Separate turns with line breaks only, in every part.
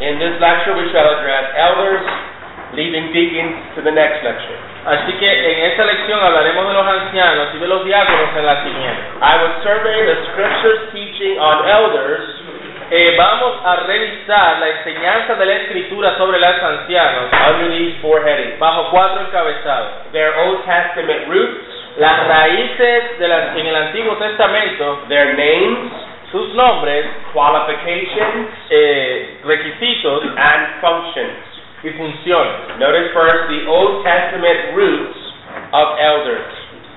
In this lecture, we shall address elders, leaving deacons to the next lecture.
Así que en esta lección hablaremos de los ancianos y de los diáconos en la siguiente.
I will survey the scripture's teaching on elders
Eh, vamos a revisar la enseñanza de la escritura sobre los ancianos
under these four headings
bajo cuatro encabezados.
their Old Testament roots,
Las raíces de las- en el Antiguo Testamento,
their names,
sus nombres,
qualifications,
eh, requisitos
and functions.
y funciones.
Notice first the Old Testament roots of elders.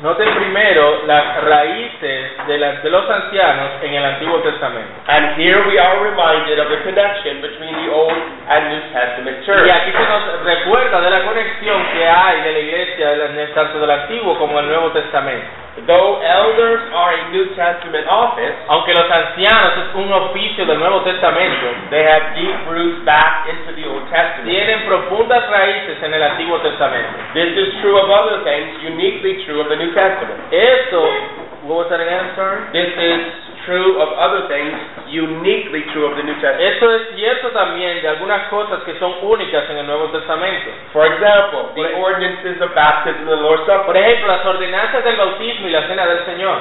Noten primero las raíces de, las- de los ancianos en el Antiguo Testamento.
And here we are reminded of the connection between the Old and New Testament
Y
church.
aquí se nos recuerda de la conexión que hay de la iglesia, de la- tanto del Antiguo como del Nuevo Testamento.
Though elders are a New Testament office,
Aunque los ancianos es un oficio del Nuevo Testamento,
they have deep roots back into the Old Testament.
tienen profundas raíces en el Antiguo Testamento.
This is true of other things, uniquely true of the New Testament.
Esto, what was that again, sorry?
This is true of other things, uniquely true of the New Testament.
Esto es cierto también de algunas cosas que son únicas en el Nuevo Testamento.
For example, the ordinances of baptism and the Lord's
Por
Supper.
ejemplo, las ordenanzas del bautismo y la cena del Señor.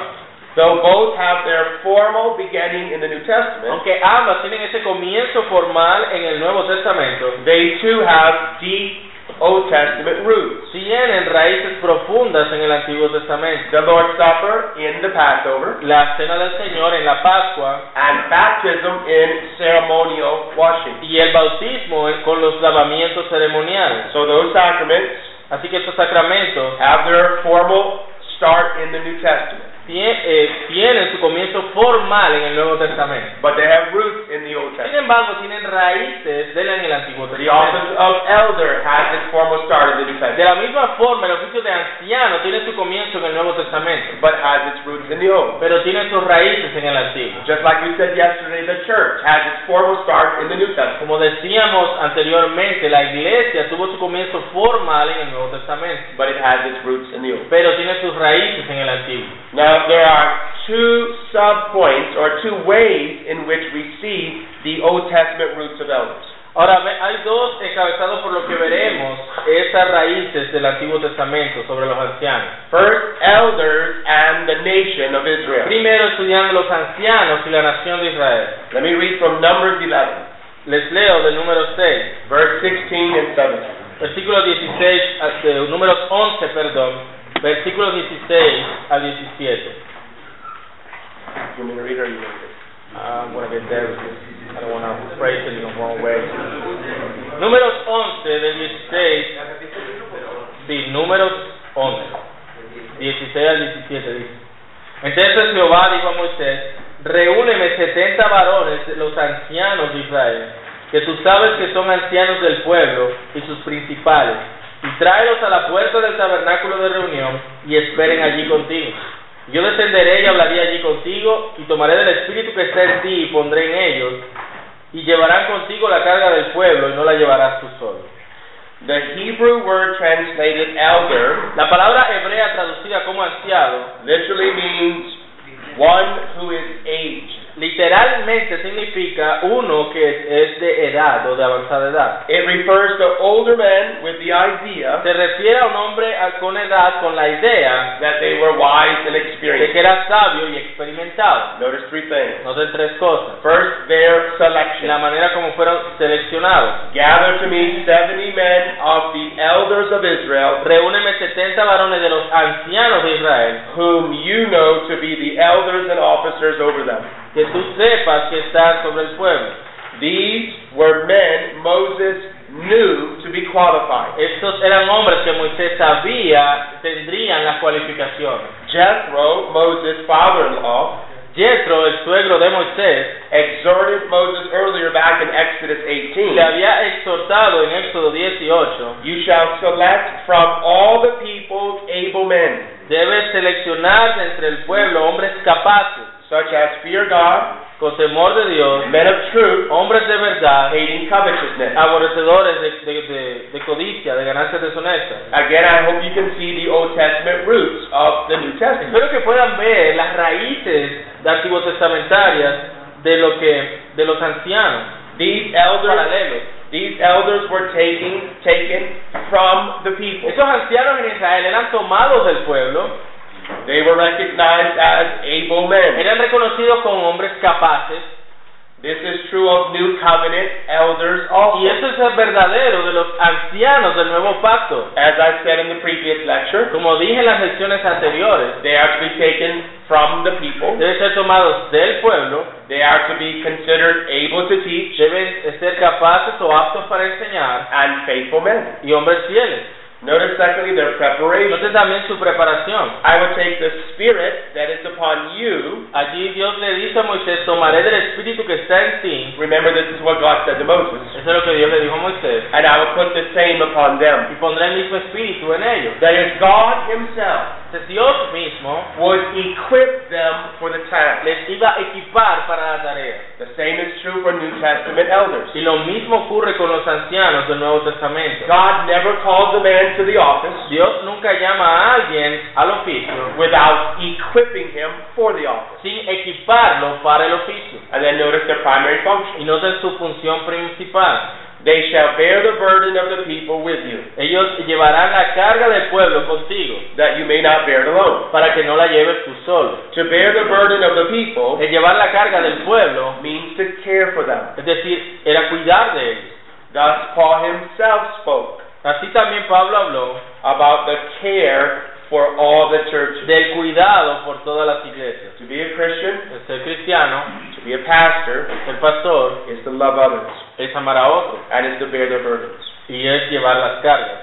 Though both have their formal beginning in the New Testament,
Aunque ambas tienen ese comienzo formal en el Nuevo Testamento,
they too have deep Old Testament roots.
tienen raíces profundas en el Antiguo Testamento.
The Lord's Supper in the Passover,
La cena del Señor en la Pascua
and baptism in ceremonial washing.
y el bautismo con los lavamientos ceremoniales.
So those sacraments
Así que estos sacramentos
have their formal start in the New Testament,
tie- eh, tienen su comienzo formal en el Nuevo Testamento.
but they have roots in the Old
Sin
Testament.
embargo, tienen raíces de la- en el Antiguo
The
Testamento.
office of elder has its formal start in the New
De
Testament,
la misma forma, el oficio de anciano tiene su comienzo en el Nuevo Testamento,
but has its roots in the Old.
pero tiene sus raíces en el Antiguo.
Just like we said yesterday, the church has its formal start in the New Testament.
Como decíamos anteriormente, la iglesia tuvo su comienzo formal en el Nuevo Testamento,
but it has its roots in the Old.
pero tiene sus raíces en el Antiguo.
Now, there are two sub-points or two ways in which we see the Old Testament roots of elders.
Ahora, ve- hay dos encabezados por lo que veremos esas raíces del Antiguo Testamento sobre los ancianos.
First, elders and the nation of Israel.
Primero, estudiando los ancianos y la nación de Israel.
Let me read from Numbers 11,
Les leo del número 6,
verse 16 and 17.
versículos 16, hasta- números 11, eh, perdón, versículos 16 al 17.
You want me to read or you want to read?
I'm gonna get there. I don't wanna phrase it in the wrong way. Números 11 del 16. Sí, números 11. 16 al 17 dice. Entonces pues, Jehová dijo a Moisés, reúneme 70 varones, de los ancianos de Israel, que tú sabes que son ancianos del pueblo y sus principales, y tráelos a la puerta del tabernáculo de reunión y esperen allí contigo. Yo descenderé y hablaré allí contigo, y tomaré del espíritu que está en ti y pondré en ellos, y llevarán contigo la carga del pueblo y no la llevarás tú solo.
The Hebrew word translated elder
La palabra hebrea traducida como anciano
literally means one who is aged.
literalmente significa uno que es de edad o de avanzada edad.
It refers to older men with the idea
Se refiere a un hombre a- con edad con la idea
that they were wise and
de que
experienced.
era sabio y experimentado.
Notice three things.
Noten tres cosas.
First, their
La
selection.
manera como fueron seleccionados.
Gather to me 70 men of the elders of Israel
Reúneme 70 varones de los ancianos de Israel,
whom you know to be the elders and officers over them.
que tú sepas que están sobre el pueblo.
These were men Moses knew to be qualified.
Estos eran hombres que Moisés sabía tendrían las cualificaciones.
Jethro, Moses' father-in-law,
Jethro, el suegro de Moisés,
exhorted Moses earlier back in Exodus
le
18,
había exhortado en Éxodo 18,
you shall select from all the people able men,
debes seleccionar de entre el pueblo hombres capaces,
such as fear God,
con temor de Dios,
men of truth,
hombres de verdad,
hating covetousness.
aborrecedores de, de- de- de codicia, de ganancias deshonestas.
Again, I hope you can see the Old Testament roots of the New Testament.
Espero que puedan ver las raíces de antiguos testamentarias de lo que de los ancianos.
These elders,
paralelos.
these elders were taking, taken from the people.
Esos ancianos en Israel eran tomados del pueblo,
They were recognized as able men.
eran reconocidos como hombres capaces,
This is true of New Covenant elders
y
also.
eso es el verdadero de los ancianos del nuevo pacto.
As I said in the previous lecture,
Como dije en las lecciones anteriores,
they are to be taken from the people.
deben ser tomados del pueblo,
They are to be considered able to teach
deben ser capaces o aptos para enseñar
and faithful men.
y hombres fieles.
Notice secondly their preparation.
Entonces también su preparación.
I would take the spirit that is upon you.
Allí Dios le dice a Moisés, tomaré del espíritu que está en ti.
Remember this is what God said to Moses.
Eso es lo que Dios le dijo a Moisés.
And I will put the same upon
Y
them.
pondré el mismo espíritu en ellos.
That is God himself
Entonces Dios mismo
would equip them for the task.
les iba a equipar para la tarea.
The same is true for New Testament elders.
Y lo mismo ocurre con los ancianos del Nuevo Testamento.
God never calls a man to the office
Dios nunca llama a alguien al oficio
without equipping him for the office.
sin equiparlo para el oficio.
And then notice their primary function.
Y noten su función principal.
They shall bear the burden of the people with you,
Ellos llevarán la carga del pueblo contigo
that you may not bear it alone.
para que no la lleves tú solo.
To bear the burden of the people
El llevar la carga del pueblo,
means to care for them.
es decir, era cuidar de ellos.
Thus, Paul himself spoke
Así también Pablo habló
about the care for all the churches.
del cuidado por todas las iglesias.
To be a Christian,
El ser cristiano,
to be a pastor,
el pastor,
is to love others
es amar a otros
and is to bear their burdens.
y es llevar las cargas.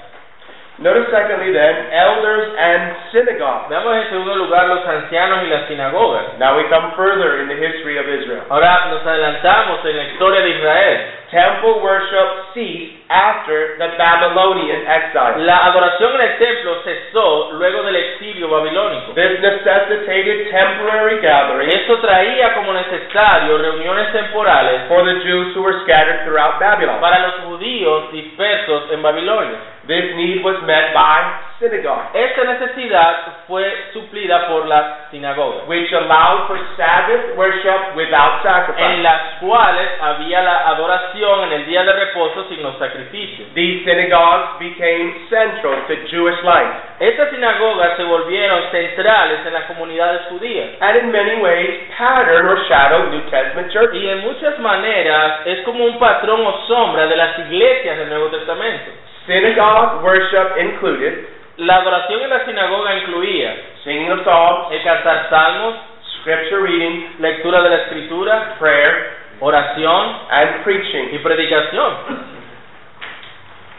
Notice, secondly, then, elders and synagogues.
Veamos en segundo lugar los ancianos y las sinagogas.
Now we come further in the history of Israel.
Ahora nos adelantamos en la historia de Israel.
Temple worship ceased after the Babylonian exile.
La adoración en el templo cesó luego del exilio babilónico.
This necessitated temporary gatherings
Esto traía como necesario reuniones temporales
for the Jews who were scattered throughout Babylon.
para los judíos dispersos en Babilonia.
This need was met by synagogue,
Esta necesidad fue suplida por las sinagogas,
which allowed for Sabbath worship without
en
sacrifice.
las cuales había la adoración en el día de reposo sin los sacrificios.
These synagogues became central to Jewish life
Estas sinagogas se volvieron centrales en las comunidades judías
and in many ways patterned or shadowed New Testament churches.
y en muchas maneras es como un patrón o sombra de las iglesias del Nuevo Testamento.
Synagogue worship included
La adoración en la sinagoga incluía
singing of psalms,
el cantar salmos,
scripture reading,
lectura de la escritura,
prayer,
oración
and
y
preaching.
predicación.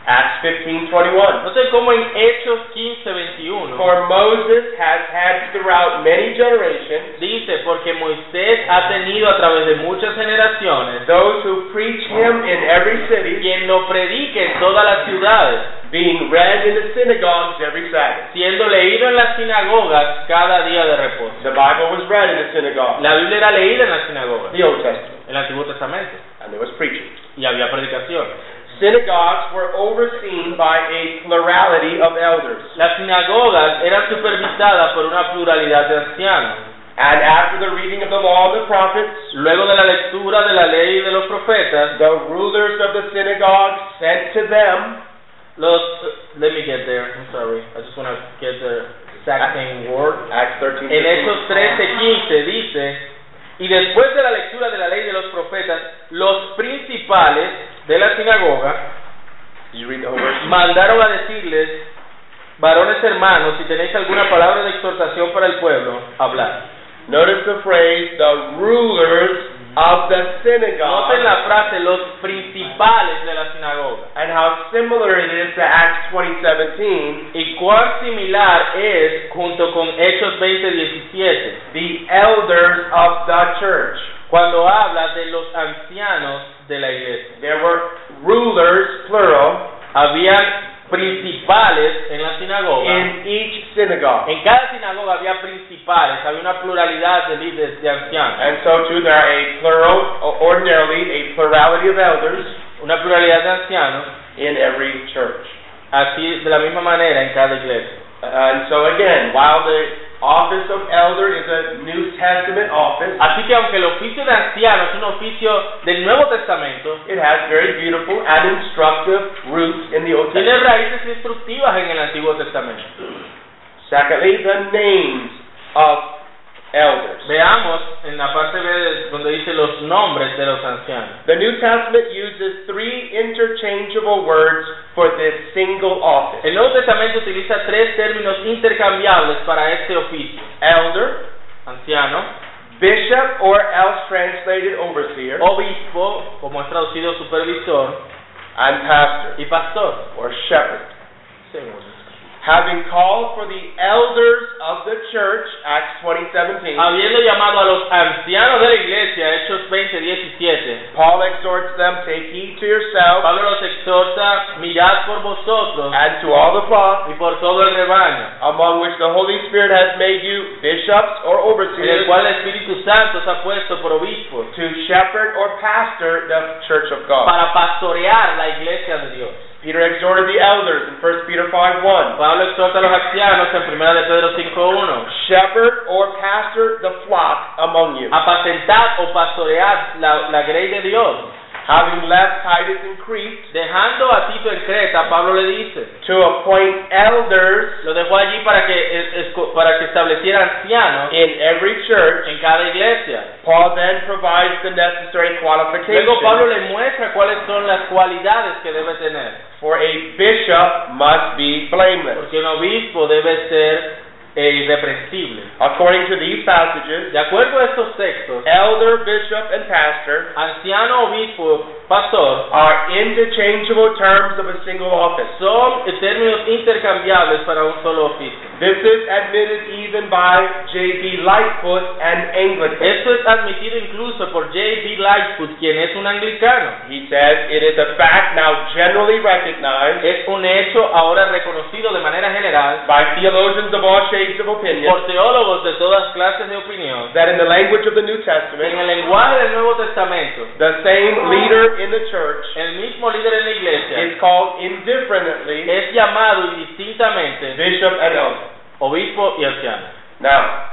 Acts 15:21.
No sé cómo en Hechos 15, 21
For Moses has had throughout many generations
dice, porque Moisés ha tenido a través de muchas generaciones
those who preach him in every city,
quien lo predique en todas las ciudades.
being read in the synagogues every Sabbath.
siendo leído en las sinagogas cada día de reposo.
The Bible was read in the synagogue,
La Biblia era leída en las sinagogas,
the Old Testament,
en el Antiguo Testamento,
and there was preaching.
y había predicación.
Synagogues were overseen by a plurality of elders,
Las sinagogas eran supervisadas por una pluralidad de ancianos.
and after the reading of the law of the prophets,
Luego de la lectura de la ley de los profetas,
the rulers of the synagogue sent to them
los... Let me get there, I'm sorry, I just want to get the exact same word.
Acts 13.
En Hechos 13:15 dice, y después de la lectura de la ley de los profetas, los principales de la sinagoga
Did you read the whole verse?
mandaron a decirles, varones hermanos, si tenéis alguna palabra de exhortación para el pueblo, hablad.
Notice the phrase, the rulers of the
Noten
synagogue,
la frase, los principales de la sinagoga.
and how similar it is to Acts 20:17.
Y cuán similar es, junto con Hechos 20:17,
The elders of the church.
cuando habla de los ancianos de la iglesia.
There were rulers, plural,
Habían principales en la sinagoga.
in each synagogue.
En cada sinagoga había principales, había una pluralidad de líderes de ancianos,
And so too, there are a plural, ordinarily a plurality of elders
una pluralidad de ancianos,
in every church.
así de la misma manera en cada iglesia.
And so again, while the office of elder is a New Testament office.
Así que aunque el oficio de anciano es un oficio del Nuevo Testamento,
It has very beautiful and instructive roots in the Old
tiene
Testament.
raíces instructivas en el Antiguo Testamento.
Secondly, the names of elders.
Veamos en la parte B de- donde dice los nombres de los ancianos.
The New Testament uses three interchangeable words for this single office
El Nuevo Testamento utiliza tres términos intercambiables para este oficio.
elder,
Anciano,
bishop, or else translated overseer,
obispo, como es traducido supervisor,
and pastor,
y pastor.
or shepherd.
Segundo.
Having called for the elders of the church, Acts 20:17,
Habiendo llamado a los ancianos de la iglesia, Hechos 20, 17,
Paul exhorts them, Take heed to yourselves
Pablo los exhorta, mirad por vosotros
and to all the flock,
y por todo el rebaño,
among which the Holy Spirit has made you bishops or
en el
overseers,
cual el Espíritu Santo os ha puesto por obispos,
to shepherd or pastor the church of God.
para pastorear la iglesia de Dios.
Peter exhorted the elders in 1 Peter 5:1.
Pablo exhorta a los ancianos en 1 de Pedro 5.1,
Shepherd or pastor the flock among you,
apacentar o pastorear la, la grey de Dios.
having left Titus in Crete
Dejando a Tito en Creta, Pablo le dice,
to appoint elders
lo dejó allí para que, es- esco- para que estableciera ancianos
in every church.
en cada iglesia.
Paul then provides the necessary
Luego Pablo
qualifications
le muestra cuáles son las cualidades que debe tener.
for a bishop must be blameless.
Porque un obispo debe ser eh, irreprensible.
According to these passages,
De acuerdo a estos textos,
elder, bishop, and pastor
anciano, obispo, pastor
are interchangeable terms of a single office.
son términos intercambiables para un solo oficio.
This is admitted even by J.B. Lightfoot and Anglican.
Esto es admitido incluso por J.B. Lightfoot, quien es un anglicano.
He says it is a fact now generally recognized
Es un hecho ahora reconocido de manera general
by theologians of all shades of opinion
por teólogos de todas clases de opinión.
that in the language of the New
En
Testament,
el lenguaje del Nuevo Testamento,
the same leader in the church
el mismo líder en la iglesia
is called indifferently
es llamado indistintamente
bishop and elder.
obispo y anciano.
Now,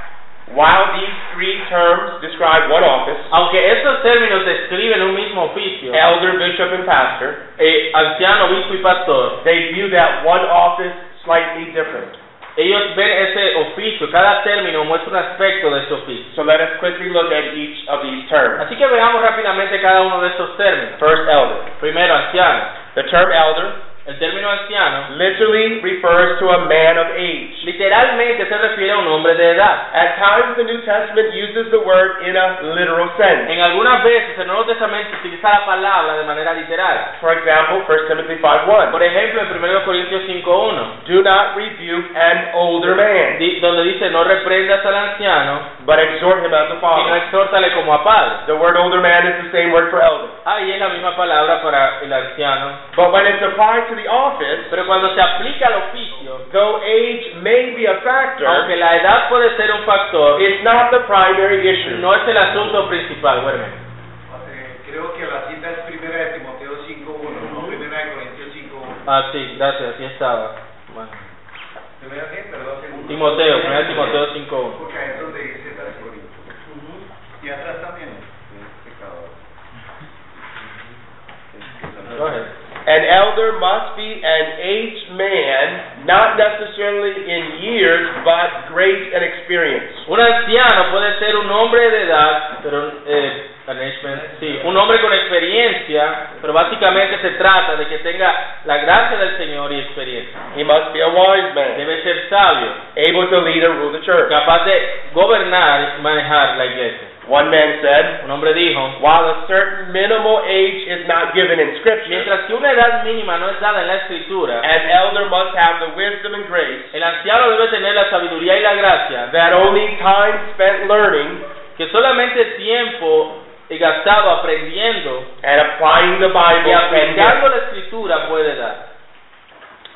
while these three terms describe one office,
Aunque estos términos describen un mismo oficio,
elder, bishop, and pastor,
eh, anciano, obispo y pastor,
they view that one office slightly different.
ellos ven ese oficio, cada término muestra un aspecto de ese oficio.
So let us quickly look at each of these terms.
Así que veamos rápidamente cada uno de estos términos.
First, elder.
Primero, anciano.
The term elder
El término anciano
literally refers to a man of age.
literalmente se refiere a un hombre de edad.
At times, the New Testament uses the word in a literal sense.
En algunas veces el Nuevo Testamento utiliza la palabra de manera literal.
For example, 1 Timothy 5.1.
Por ejemplo, en 1 Corintios 5.1,
Do not rebuke an older man,
di- donde dice, no reprendas al anciano,
but exhort him as a
sino
father.
exhórtale como a padre.
The word older man is the same word for elder.
Ahí es la misma palabra para el anciano.
But when it's applied to the office,
Pero cuando se aplica al oficio,
though age may be a factor,
aunque la edad puede ser un factor,
it's not the primary issue.
no es el asunto principal. Bueno,
Eh, Creo que la cita es primera de Timoteo 5.1, no primera de Corintios 5.1.
ah, sí, gracias, así estaba. Bueno,
Primera de, perdón, segunda.
Timoteo, 1 Timoteo 5.1.
Porque ahí es donde dice la Corintios. Y atrás también. Pecador.
Coge.
An elder must be an aged man, not necessarily in years, but grace and experience.
Un anciano puede ser un hombre de edad, pero eh, management, sí, un hombre con experiencia, pero básicamente se trata de que tenga la gracia del Señor y experiencia.
He must be a wise man,
Debe ser sabio,
able to lead and rule the church.
capaz de gobernar y manejar la iglesia.
One man said,
Un hombre dijo,
While a certain minimal age is not given in Scripture,
Mientras que una edad mínima no es dada en la escritura,
an elder must have the wisdom and grace
el anciano debe tener la sabiduría y la gracia,
that only time spent learning
que solamente tiempo gastado aprendiendo
and applying the
y
Bible can give.
aplicando la escritura puede dar.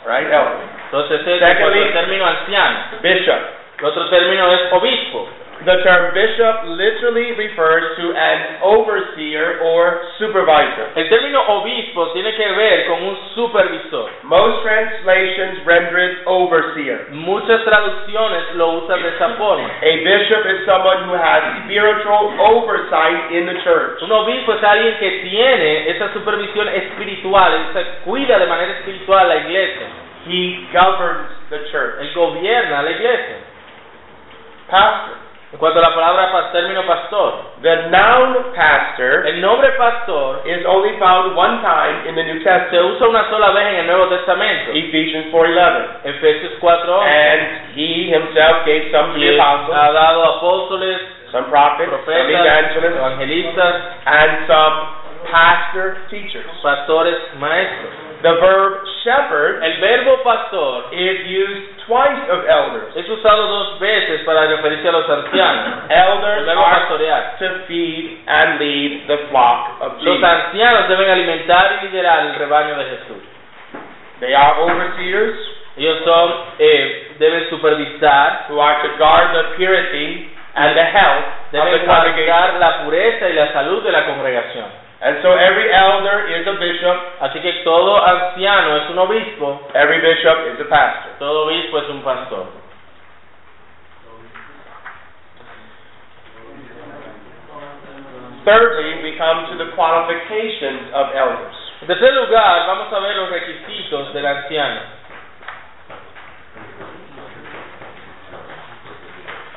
Right, elder.
Entonces ese es el
Secondly-
otro término anciano.
Bishop.
El otro término es obispo.
The term bishop literally refers to an overseer or supervisor.
El término obispo tiene que ver con un supervisor.
Most translations render it overseer.
Muchas traducciones lo usan de esa forma.
A bishop is someone who has spiritual oversight in the church.
Un obispo es alguien que tiene esa supervisión espiritual, se cuida de manera espiritual la iglesia.
He governs the church.
Él gobierna la iglesia.
Pastor.
En cuanto a la palabra pas- término pastor,
The noun pastor
el nombre pastor
is only found one time in the New
se
Testament,
usa una sola vez en el Nuevo Testamento,
Ephesians 4:11,
Efesios 4,
and he himself gave some to the apostles,
ha dado apóstoles,
some prophets, some
profetas,
evangelists,
evangelistas,
and some pastor teachers.
pastores, maestros.
The verb shepherd
El verbo pastor
is used twice of elders.
es usado dos veces para referirse a los ancianos. El
Elders
verbo
are
pastorear.
to feed and lead the flock of
Los
Jesus.
ancianos deben alimentar y liderar el rebaño de Jesús.
They are overseers
Ellos son, eh, deben supervisar,
who are to guard the purity and the health of the
deben
congregation.
guardar la pureza y la salud de la congregación.
And so every elder is a bishop,
Así que todo anciano es un obispo,
every bishop is a pastor.
todo obispo es un pastor.
Thirdly, we come to the qualifications of elders.
En tercer lugar, vamos a ver los requisitos del anciano.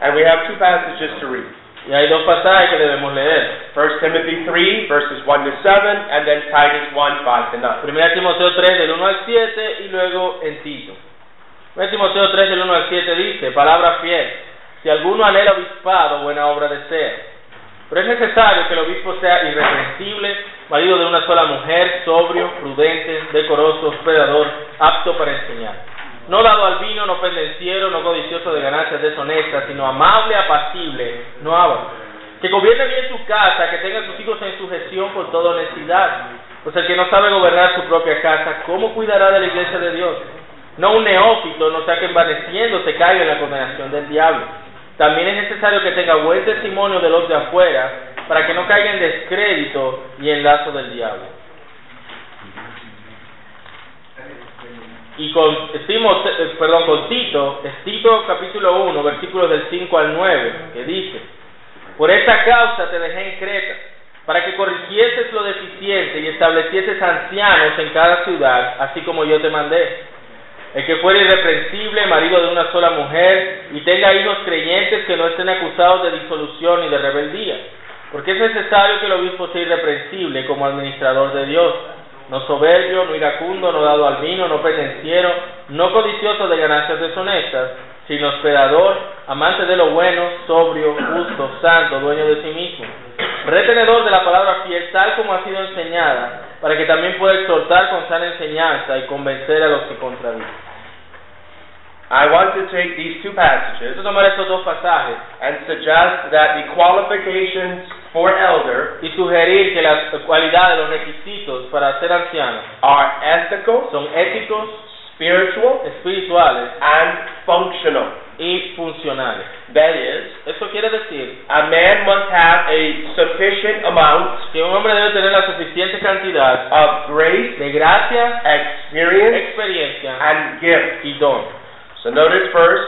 And we have two passages to read.
Y hay dos pasajes que debemos leer.
1 Timothy 3, verses 1 to 7, and then Titus 1, 5 to 9.
1 Timoteo 3 del 1 al 7 y luego en Tito. 1 Timoteo 3 del 1 al 7 dice, palabra fiel, si alguno anhela obispado, buena obra desea. Pero es necesario que el obispo sea irreprensible, marido de una sola mujer, sobrio, prudente, decoroso, hospedador, apto para enseñar. No dado al vino, no pendenciero, no codicioso de ganancias deshonestas, sino amable, apacible, no avaro. Que gobierne bien su casa, que tenga a sus hijos en sujeción por toda honestidad. Pues el que no sabe gobernar su propia casa, ¿cómo cuidará de la iglesia de Dios? No un neófito, no sea que envaneciendo se caiga en la condenación del diablo. También es necesario que tenga buen testimonio de los de afuera, para que no caiga en descrédito y en lazo del diablo. Y con, Timo- eh, perdón, con Tito, es Tito capítulo 1, versículos del 5 al 9, que dice, por esta causa te dejé en Creta, para que corrigieses lo deficiente y establecieses ancianos en cada ciudad, así como yo te mandé. El que fuera irreprensible, marido de una sola mujer, y tenga hijos creyentes que no estén acusados de disolución y de rebeldía. Porque es necesario que el obispo sea irreprensible como administrador de Dios, no soberbio, no iracundo, no dado al vino, no pendenciero, no codicioso de ganancias deshonestas, sino hospedador, amante de lo bueno, sobrio, justo, santo, dueño de sí mismo, retenedor de la palabra fiel tal como ha sido enseñada, para que también pueda exhortar con sana enseñanza y convencer a los que contradicen.
I want to take these two passages
Quiero tomar estos dos pasajes
and suggest that the qualifications for elder
y sugerir que las cualidades, los requisitos para ser anciano
are ethical,
son éticos,
spiritual,
espirituales
and functional.
y funcionales.
That is,
Esto quiere decir
a man must have a sufficient amount
que un hombre debe tener la suficiente cantidad ah,
of grace,
de gracia,
experience,
experiencia
and gift.
y don.
So notice first,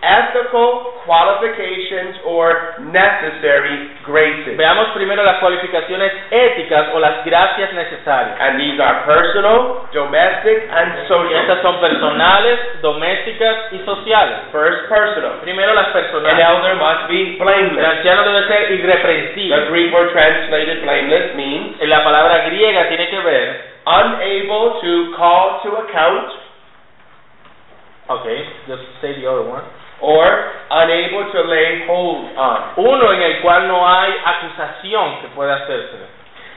ethical qualifications or necessary graces.
Veamos primero las cualificaciones éticas o las gracias necesarias.
And these are personal, domestic, and
Y
social.
estas son personales, domésticas y sociales.
First, personal.
Primero las
An
personales.
elder must be
El
blameless.
anciano debe ser
The
irreprensible.
Greek word translated blameless means
La palabra griega tiene que ver. ah,
unable to call to account
Okay, just say the other one.
or unable to lay hold on.
Uno en el cual no hay acusación que pueda hacerse.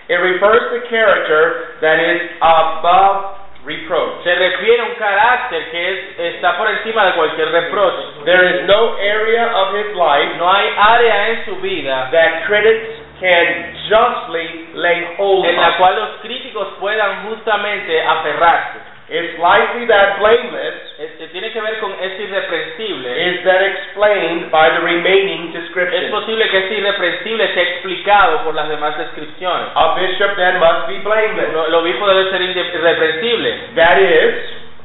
It refers to character that is above reproach.
Se refiere a un carácter que es- está por encima de cualquier reproche.
There is no area of his life
No hay área en su vida
that critics can justly lay hold
en la
on.
cual los críticos puedan justamente aferrarse.
It's likely that blameless
Este, tiene que ver con es irreprensible.
is then explained by the remaining
Es
descriptions.
posible que este irreprensible sea explicado por las demás descripciones.
A bishop then must be blameless.
Lo- El obispo debe ser inde- irreprensible.
That is,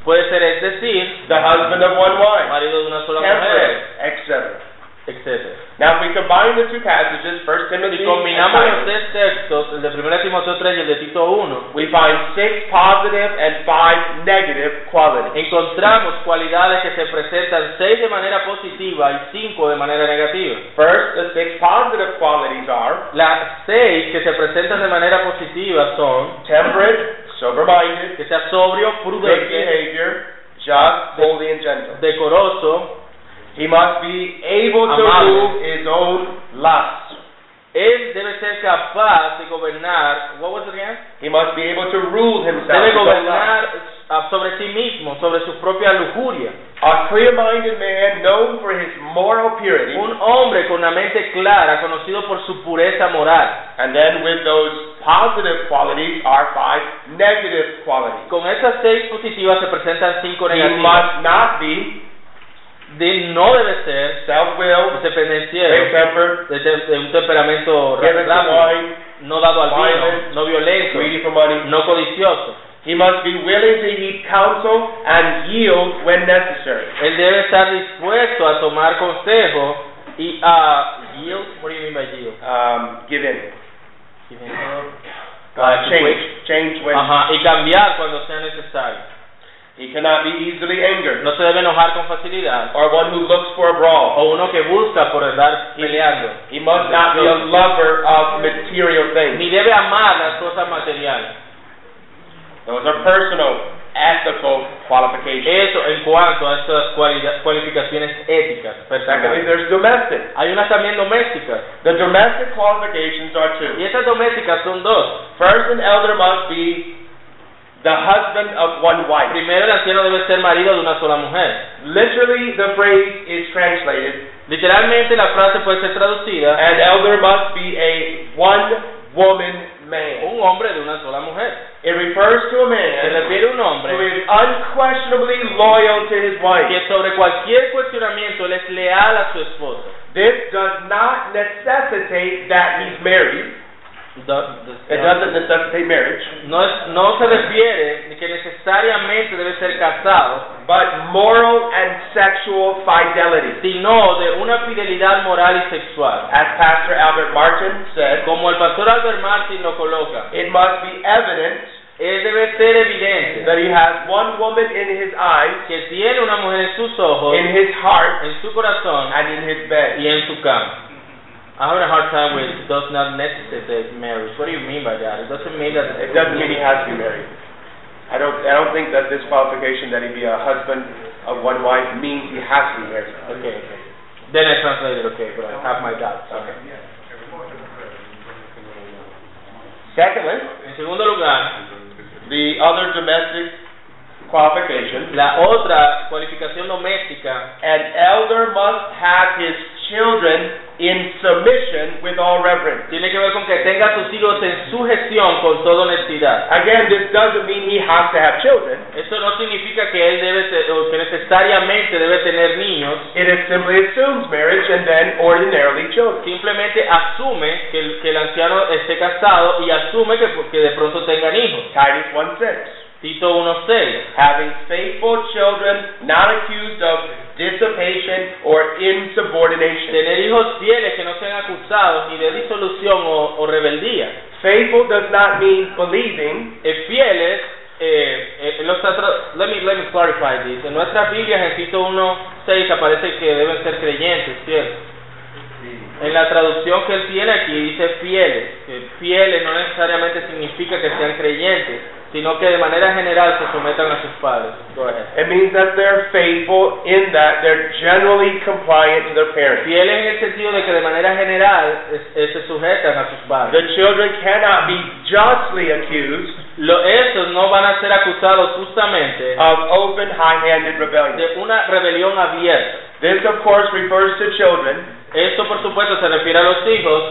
Puede ser, es decir,
the husband of one wife,
marido de una sola
temperate,
mujer,
etc.
etc.
Now, if we combine the two passages, 1 Timothy
Si
and
combinamos los
Titus,
tres textos, el de 1 Timoteo 3 y el de Tito 1,
we find six positive and five negative qualities.
encontramos cualidades que se presentan seis de manera positiva y cinco de manera negativa.
First, the six positive qualities are
Las seis que se presentan de manera positiva son
temperate, sober-minded,
que sea sobrio,
good
prudente,
behavior, just, holy, and gentle.
decoroso,
He must be able to
Amable.
rule his own lust.
él debe ser capaz de gobernar, what was it again?
He must be able to rule himself.
debe
his own lust.
gobernar ah, sobre sí mismo, sobre su propia lujuria.
A clear-minded man known for his moral purity,
Un hombre con una mente clara, conocido por su pureza moral.
and then with those positive qualities are five negative qualities.
Con esas seis positivas se presentan cinco
He
negativas.
must not be
De no debe ser
self-willed,
dependenciero,
quick-tempered,
de, te- de un temperamento
given to
rápido,
wine,
no dado al vino,
violent,
no violento,
greedy for money.
no codicioso.
He must be willing to heed counsel and yield when necessary.
Él debe estar dispuesto a tomar consejo y a yield. What do you mean by yield?
Um, give in.
Ah,
Uh, change.
quick.
Change when
Ajá, y cambiar cuando sea necesario.
he cannot be easily angered.
No se debe enojar con facilidad.
Or one who looks for a brawl.
O uno que busca por andar peleando.
He must not be a lover of material
Ni
things.
debe amar las cosas materiales.
Those are personal, ethical qualifications.
Eso en cuanto a estas cualida- cualificaciones éticas.
Secondly,
personales.
there's domestic.
Hay unas también domésticas.
The domestic qualifications are two.
Y estas domésticas son dos.
First, an elder must be the husband of one wife.
Primero, el anciano debe ser marido de una sola mujer.
Literally, the phrase is translated,
Literalmente, la frase puede ser traducida:
an elder must be a one woman man.
un hombre de una sola mujer.
It refers to a
Se
man
refiere a un
who
hombre
is unquestionably loyal to his wife.
que, sobre cualquier cuestionamiento, él es leal a su esposa.
This does not necessitate that he's married.
Do-
It doesn't necessitate marriage,
No, es- no se refiere de que necesariamente debe ser casado,
but moral and sexual fidelity.
sino de una fidelidad moral y sexual.
As Pastor Albert Martin said,
Como el pastor Albert Martin lo coloca,
it must be evident
él debe ser evidente
that he has one woman in his eyes,
que tiene una mujer en sus ojos,
in his heart,
en su corazón
and in his bed.
y en su cama. I have a hard time with does not necessitate marriage. What do you mean by that? It doesn't mean that
It doesn't mean he has to be married. I don't, I don't think that this qualification that he be a husband of one wife means he has to be married.
Okay, okay. Then I translated okay, but I have my doubts. Okay.
Secondly,
En segundo lugar,
the other domestic qualification,
la otra cualificación doméstica,
an elder must have his children in submission with all reverence.
tiene que ver con que tenga a sus hijos en sujeción con toda honestidad.
Again, this doesn't mean he has to have children.
Esto no significa que él debe te- o que necesariamente debe tener niños,
It is simply assumes marriage and then ordinarily children.
simplemente asume que el, que el anciano esté casado y asume que, que de pronto tengan hijos.
Titus 1:6,
Tito 1.6.
having faithful children, not accused of dissipation or insubordination.
Tener hijos fieles que no sean acusados ni de disolución o, o rebeldía.
Faithful does not mean believing,
Eh, fieles, eh, eh, los atra- let, me, let me clarify this. En nuestras Biblias en Tito 1.6 aparece que deben ser creyentes, fieles. En la traducción que él tiene aquí dice fieles. que fieles no necesariamente significa que sean creyentes, sino que de manera general se sometan a sus padres. Go ahead.
it means that they're faithful in that they're generally compliant to their parents.
Fieles en el sentido de que de manera general es- es- se sujetan a sus padres.
The children cannot be justly accused
Lo, estos no van a ser acusados justamente
of open, high-handed rebellion.
de una rebelión abierta.
This, of course, refers to children
Esto, por supuesto, se refiere a los hijos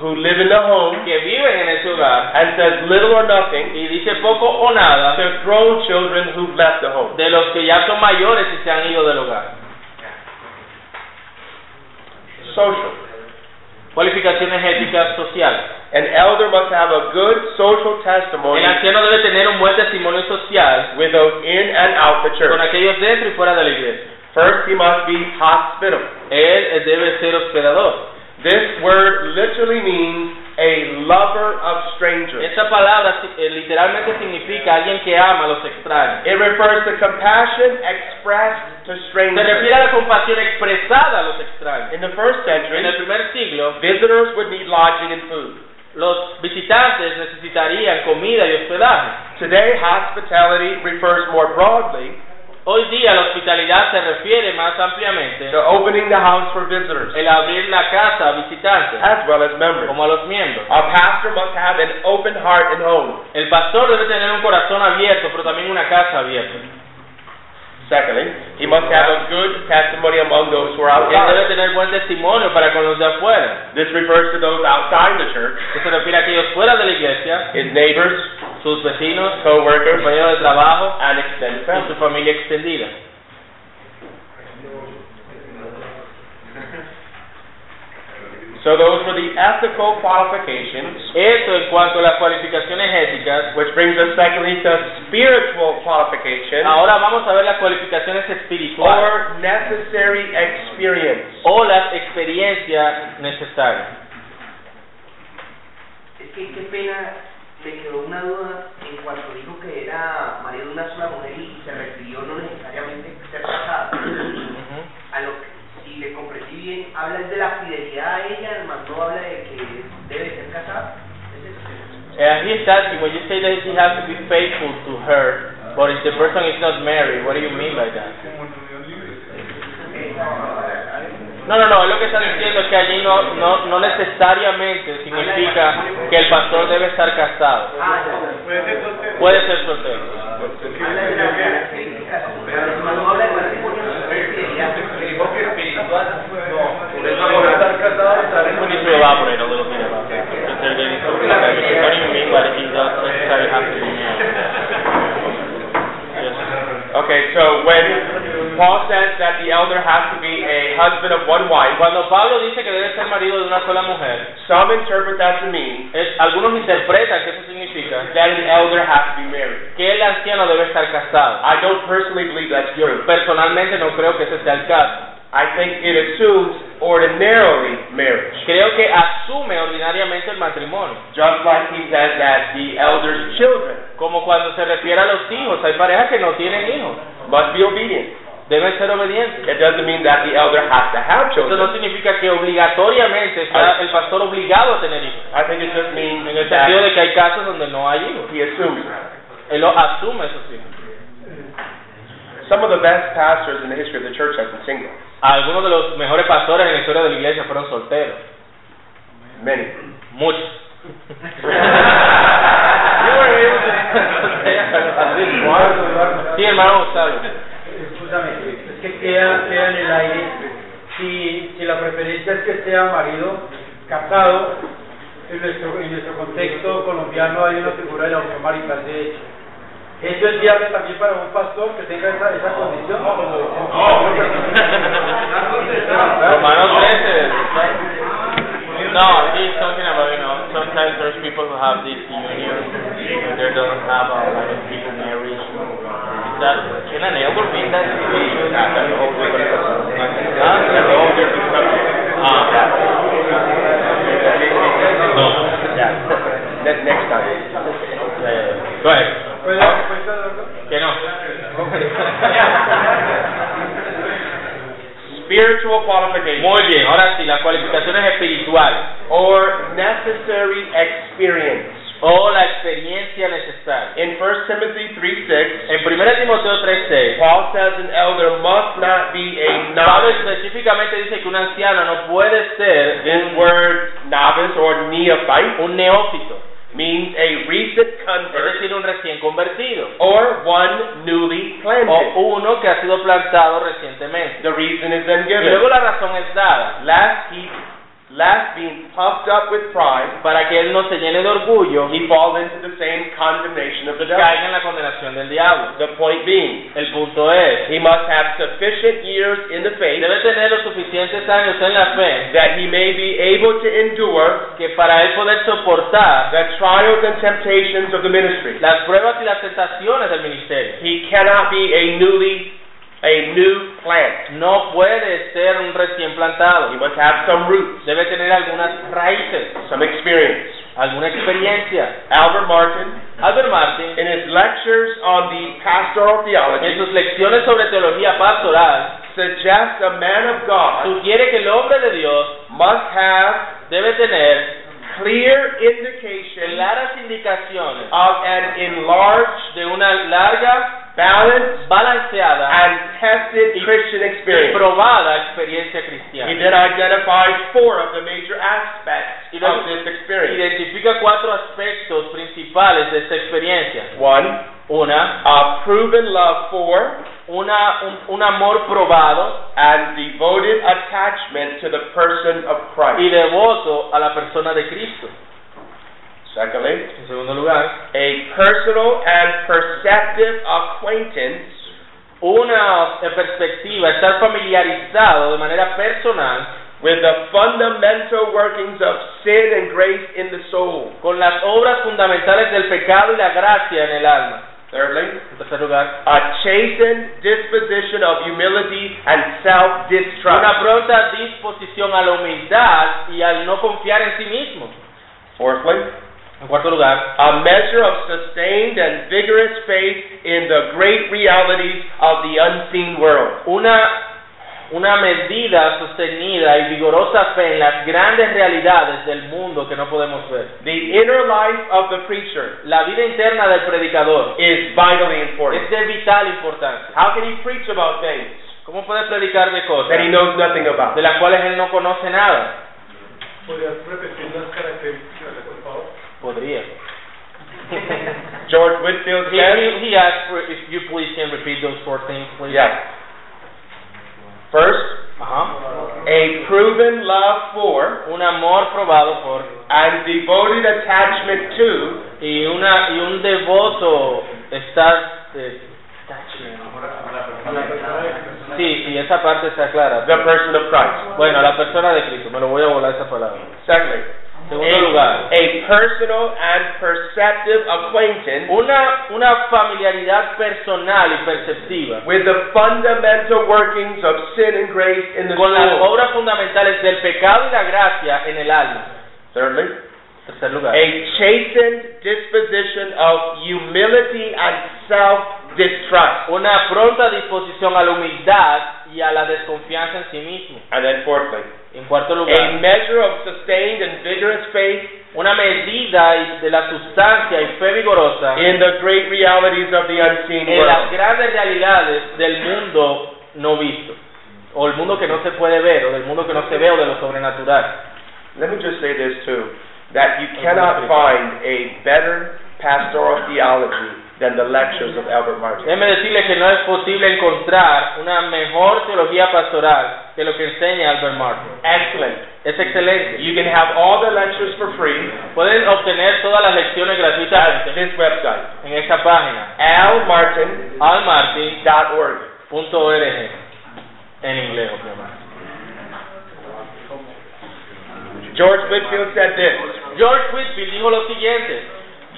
who live in the home
que viven en ese hogar
and says little or nothing
y dice poco o nada
to grown children who've left the home.
de los que ya son mayores y se han ido del hogar.
Social.
Cualificaciones éticas sociales.
An elder must have a good social
El
testimony
anciano debe tener un buen testimonio social
with those in and out the
con
church.
aquellos dentro y fuera de la iglesia.
First, he must be hospitable.
Él eh, debe ser hospedador.
This word literally means a lover of strangers.
Esta palabra si- eh, literalmente significa alguien que ama a los extraños.
It refers to compassion expressed to
Se refiere
strangers.
a la compasión expresada a los extraños.
In the first
En
century,
el primer siglo,
visitors would need lodging and food.
los visitantes necesitarían comida y hospedaje.
Today, hospitality refers more broadly
Hoy día la hospitalidad se refiere más ampliamente
to opening the house for visitors
el abrir la casa a visitantes
as well as members.
como a los miembros.
A pastor must have an open heart and home.
El pastor debe tener un corazón abierto, pero también una casa abierta.
Secondly, he must have a good testimony among those who are
Él debe
outside.
tener buen testimonio para con los de afuera,
This refers to those outside the church,
que se refiere a aquellos fuera de la iglesia,
his neighbors,
sus vecinos,
co-workers,
compañeros de trabajo
and extended
y su
family.
familia extendida.
So those were the ethical qualifications,
Eso en cuanto a las cualificaciones éticas.
which brings us secondly to spiritual qualifications
Ahora vamos a ver las cualificaciones espirituales
or necessary experience.
o las experiencias necesarias.
Es que qué pena, me quedó una duda en cuanto dijo que era marido de una sola mujer y se refirió no necesariamente ser casada.
Mm-hmm.
A lo que, si le comprendí bien, habla es de la fidelidad a ella, más no habla de que debe ser casada. ¿Es eso?
And he's asking, when you say that he has to be faithful to her, but if the person is not married, what do you mean by that? No, no, no, es lo que está diciendo es que allí no, no, no necesariamente significa que el pastor debe estar casado.
Ah, no.
Puede ser soltero.
Puede ser soltero.
Habla de las características, más no habla de matrimonio, sino de fidelidad.
Okay, so when Paul says that the elder has to be a husband of one wife,
Cuando Pablo dice que debe ser marido de una sola mujer,
some interpret that to mean
es- algunos interpretan que eso significa
that an elder has to be married.
que el anciano debe estar casado.
I don't personally believe that's true.
Personalmente no creo que ese sea el caso.
I think it assumes ordinarily marriage.
Creo que asume ordinariamente el matrimonio.
Just like he says that the elder's children
Como cuando se refiere a los hijos, hay parejas que no tienen hijos,
must be obedient.
deben ser obedientes.
It doesn't mean that the elder has to have
Eso no
children.
significa que obligatoriamente está el pastor obligado a tener hijos.
I think it just means
En el
that
sentido de que hay casos donde no hay hijos.
he assumes that.
Él lo asume esos hijos.
Some of the best pastors in the history of the church have been single.
Algunos de los mejores pastores en la historia de la iglesia fueron solteros.
Many.
Muchos. Sí, hermano Gustavo.
Justamente, que queda, queda en el aire. Si, si la preferencia es que sea marido casado, en nuestro, en nuestro contexto colombiano hay una figura de la unión marital de hecho. ¿Eso es viable también para un pastor que tenga esa, esa condición?
Romanos 13. No, he's talking about, you know, sometimes there's people who have this union, they don't have a lot of people marriage. Is that, can an elder be in that situation? Ah, the elder Ah. No.
Ne- Next time.
Eh, Bueno.
¿Puede dar respuesta, Eduardo?
Que no.
Spiritual qualification
Muy bien, ahora sí, las cualificaciones espirituales
or necessary experience.
o la experiencia necesaria.
In 1 Timothy 3:6,
En 1 Timoteo 3:6,
Paul says an elder must not be a
Pablo
novice.
específicamente dice que un anciano no puede ser
This word novice or neophyte
un neófito,
means a recent
es
convert
decir, un recién convertido
or one newly
o
planted.
uno que ha sido plantado recientemente.
The reason is then
Y
given.
luego la razón es dada,
Lest he lest being puffed up with pride,
para que él no se llene de orgullo
he fall into the same condemnation of the devil.
caiga en la condenación del diablo.
The point being,
El punto es,
he must have sufficient years in the faith
debe tener los suficientes años en la fe
that he may be able to endure
que para él poder soportar
the trials and temptations of the ministry.
las pruebas y las tentaciones del ministerio.
He cannot be a newly, a new plant.
No puede ser un recién
He
plantado.
must have some roots,
Debe tener algunas raíces,
some experience.
alguna experiencia.
Albert Martin,
Albert Martin,
in his lectures on the pastoral
en
theology,
sus lecciones sobre teología pastoral,
suggests a man of God
sugiere que el hombre de Dios
must have
debe tener
clear indication
claras indicaciones
of an enlarged,
de una larga,
balanced,
balanceada
and tested Christian
y
experience.
probada experiencia
He
cristiana.
then identifies four of the major aspects of this experience.
Identifica cuatro aspectos principales de esta experiencia.
One,
Una,
a proven love for
una un, un amor probado
and devoted attachment to the person of
y
Christ.
devoto a la persona de Cristo.
Secondly,
En segundo lugar,
a personal and perceptive acquaintance
una perspectiva, estar familiarizado de manera personal
with the fundamental workings of sin and grace in the soul.
con las obras fundamentales del pecado y la gracia en el alma.
Thirdly,
En tercer lugar,
a chastened disposition of humility and
una
self-distrust.
pronta disposición a la humildad y al no confiar en sí mismo.
Fourthly,
En cuarto lugar,
a measure of sustained and vigorous faith in the great realities of the unseen world.
una una medida sostenida y vigorosa fe en las grandes realidades del mundo que no podemos ver.
The inner life of the preacher
La vida interna del predicador
is vitally
es
important.
de vital importancia.
How can he preach about things
¿Cómo puede predicar de cosas
that he knows nothing about?
de las cuales él no conoce nada?
¿Podrías repetir las características, por favor?
Podría.
George Whitfield
He,
says,
he- he asked for- if you please can repeat those four things, please.
yes. First,
Ajá.
a proven love for
Un amor probado por
and devoted attachment to
y una y un devoto estar eh, sí sí esa parte está clara.
the person of Christ.
Bueno, la persona de Cristo. Me lo voy a volar esa palabra.
Secondly, Eh,
Segundo lugar.
a, a personal and perceptive acquaintance
Una, una familiaridad personal y perceptiva
with the fundamental workings of sin and grace in the
con las
soul.
obras fundamentales del pecado y la gracia en el alma.
Thirdly,
Tercer lugar.
a chastened disposition of humility and self-distrust.
Una pronta disposición a la humildad y a la desconfianza en sí mismo.
And then fourthly,
En cuarto
a
lugar,
measure of sustained and vigorous faith
una medida y- de la sustancia y fe vigorosa
in the great realities of the unseen
en las
world.
grandes realidades del mundo no visto, o el mundo que no se puede ver, o del mundo que no se ve, o de lo sobrenatural.
Let me just say this too, that you cannot find a better pastoral theology than the lectures of Albert Martin.
Déjeme decirle que no es posible encontrar una mejor teología pastoral que lo que enseña Albert Martin.
Excellent.
Es excelente.
You can have all the lectures for free
Pueden obtener todas las lecciones
at
gratuitamente
this website,
en esta página,
almartin.org.
almartin.org, en inglés, obviamente.
George Whitfield said this
George Whitfield dijo lo siguiente,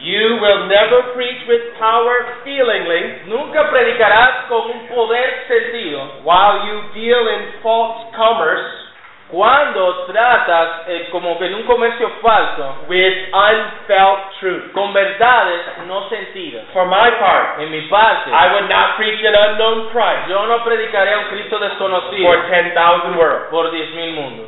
You will never preach with power feelingly
nunca predicarás con un poder sentido
while you deal in false commerce
cuando tratas eh, como que en un comercio falso
with unfelt truth.
con verdades no sentidas.
For my part,
En mi parte,
I would not preach an unknown Christ
Yo no predicaré a un Cristo desconocido
for 10,000 worlds.
por diez mil mundos.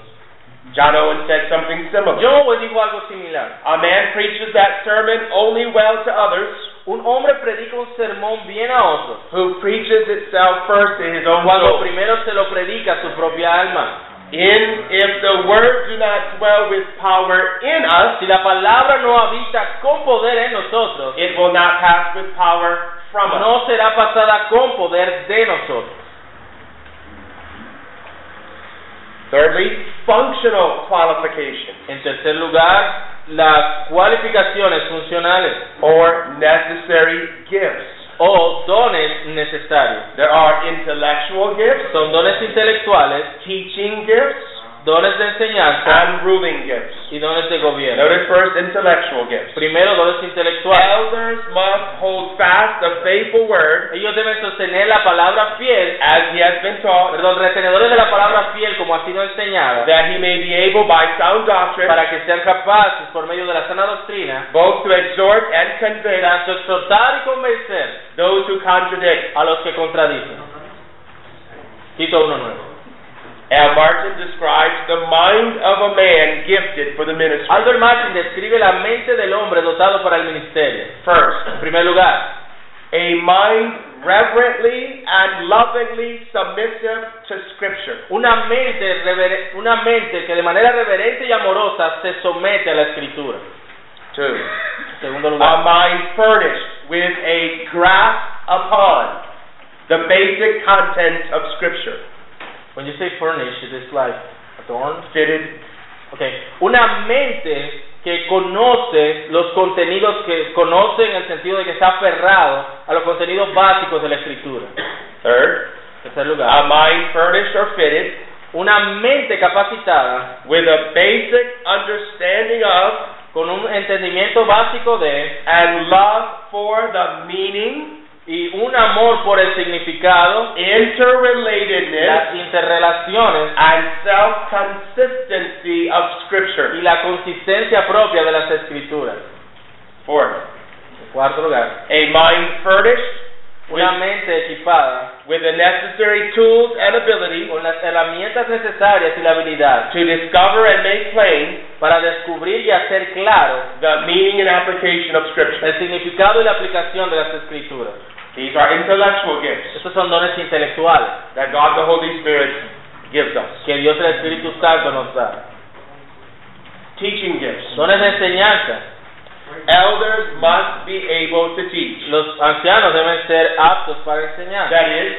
John Owen said something similar.
John Owen dijo algo similar.
A man preaches that sermon only well to others
Un hombre predica un sermón bien a otro
who preaches itself first to his own
cuando
soul.
primero se lo predica a su propia alma.
In if the word do not dwell with power in us,
Si la palabra no habita con poder en nosotros,
it will not pass with power from us.
no será pasada con poder de nosotros.
Thirdly, functional qualifications
En tercer lugar, las cualificaciones funcionales
or necessary gifts.
o dones necesarios.
There are intellectual gifts,
Son dones intelectuales,
teaching gifts,
dones de enseñanza
and ruling gifts.
y dones de gobierno.
Notice first intellectual gifts.
Primero, dones intelectuales.
Elders must hold fast the faithful word
Ellos deben sostener la palabra fiel,
as he has been taught,
perdón, retenedores de la palabra fiel como ha sido enseñada,
that he may be able by sound doctrine
para que sean capaces, por medio de la sana doctrina,
both to exhort and convince
tanto exhortar y convencer
those who contradict.
a los que contradicen. Tito 1.9.
Al Martin describes the mind of a man gifted for the ministry.
Albert Martin describe la mente del hombre dotado para el ministerio.
First,
En primer lugar,
a mind reverently and lovingly submissive to Scripture.
una mente, rever- una mente que de manera reverente y amorosa se somete a la escritura.
Two,
En segundo
a
lugar,
mind furnished with a grasp upon the basic content of Scripture.
when you say furnished, it is like adorned.
Fitted,
Okay. Una mente que conoce los contenidos que conoce en el sentido de que está aferrado a los contenidos básicos de la escritura.
third,
En tercer
a
lugar,
mind furnished or fitted
una mente capacitada
with a basic understanding of
con un entendimiento básico de
and love for the meaning,
y un amor por el significado,
interrelatedness,
las interrelaciones
and self-consistency of Scripture.
y la consistencia propia de las escrituras.
Fourth,
En cuarto lugar,
a mind furnished
una
with,
mente equipada
with the necessary tools and ability
con las herramientas necesarias y la habilidad
to discover and make plain
para descubrir y hacer claro
the meaning and application of Scripture.
el significado y la aplicación de las escrituras.
These are intellectual gifts
Estos son dones intelectuales
that God the Holy Spirit gives us.
que Dios el Espíritu Santo nos da.
Teaching gifts.
Dones de enseñanza.
Elders must be able to teach.
Los ancianos deben ser aptos para enseñar.
That is,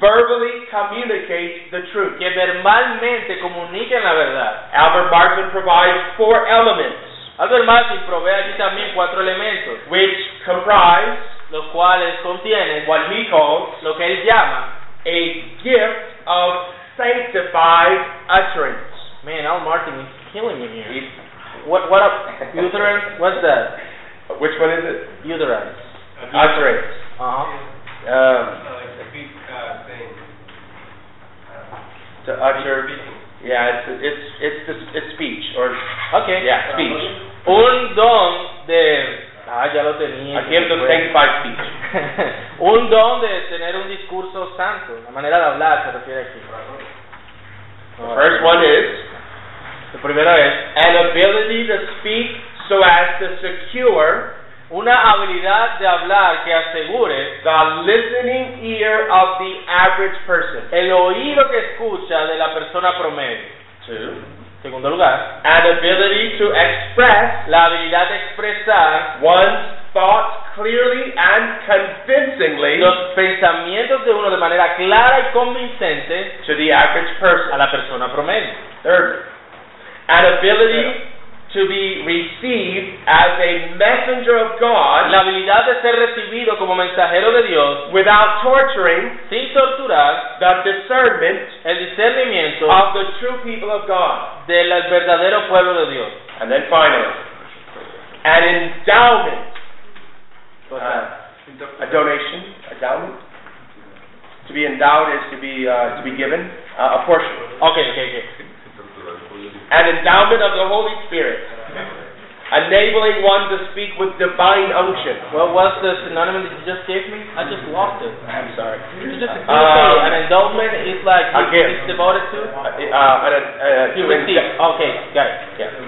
verbally communicate the truth.
Que verbalmente comuniquen la verdad.
Albert Martin provides four elements
Albert Martin provee aquí también cuatro elementos,
which comprise
los cuales contienen
what he calls
lo que él llama,
a gift of sanctified utterance.
man, Al Martin is killing me here.
He-
What, what a, uterance, what's that?
Which one is it?
Uterance.
Utterance.
Ajá.
Um,
Speak,
to utter. Yeah, it's it's it's the, it's speech or
Okay.
yeah speech.
Un don de, ah, ya lo tenía.
A gift of sanctified speech.
un don de tener un discurso santo, la manera de hablar se refiere aquí. Uh,
The first one is
El primero es
an ability to speak so as to secure
una habilidad de hablar que asegure
the listening ear of the average person.
El oído que escucha de la persona promedio.
Two,
Segundo lugar,
an ability to express
la habilidad de expresar
one's thoughts clearly and convincingly
los pensamientos de uno de manera clara y convincente
to the average
a
person.
la persona promedio.
Third, an ability to be received as a messenger of
La
God
habilidad de ser recibido como mensajero de Dios
without torturing
sin torturar
the discernment
el discernimiento
of the true people of God.
del verdadero pueblo de Dios.
And then finally, an endowment, uh, a donation, endowment. To be endowed is to be uh, to be given uh, a portion.
Ok, ok, ok.
an endowment of the Holy Spirit, enabling one to speak with divine unction.
What was the synonym that you just gave me? I just lost it.
I'm sorry.
You just you
Uh,
say an endowment is like
a gift.
it's devoted to?
Uh, uh, an, uh,
You
to
receive.
enda-
Okay, got it.
yeah.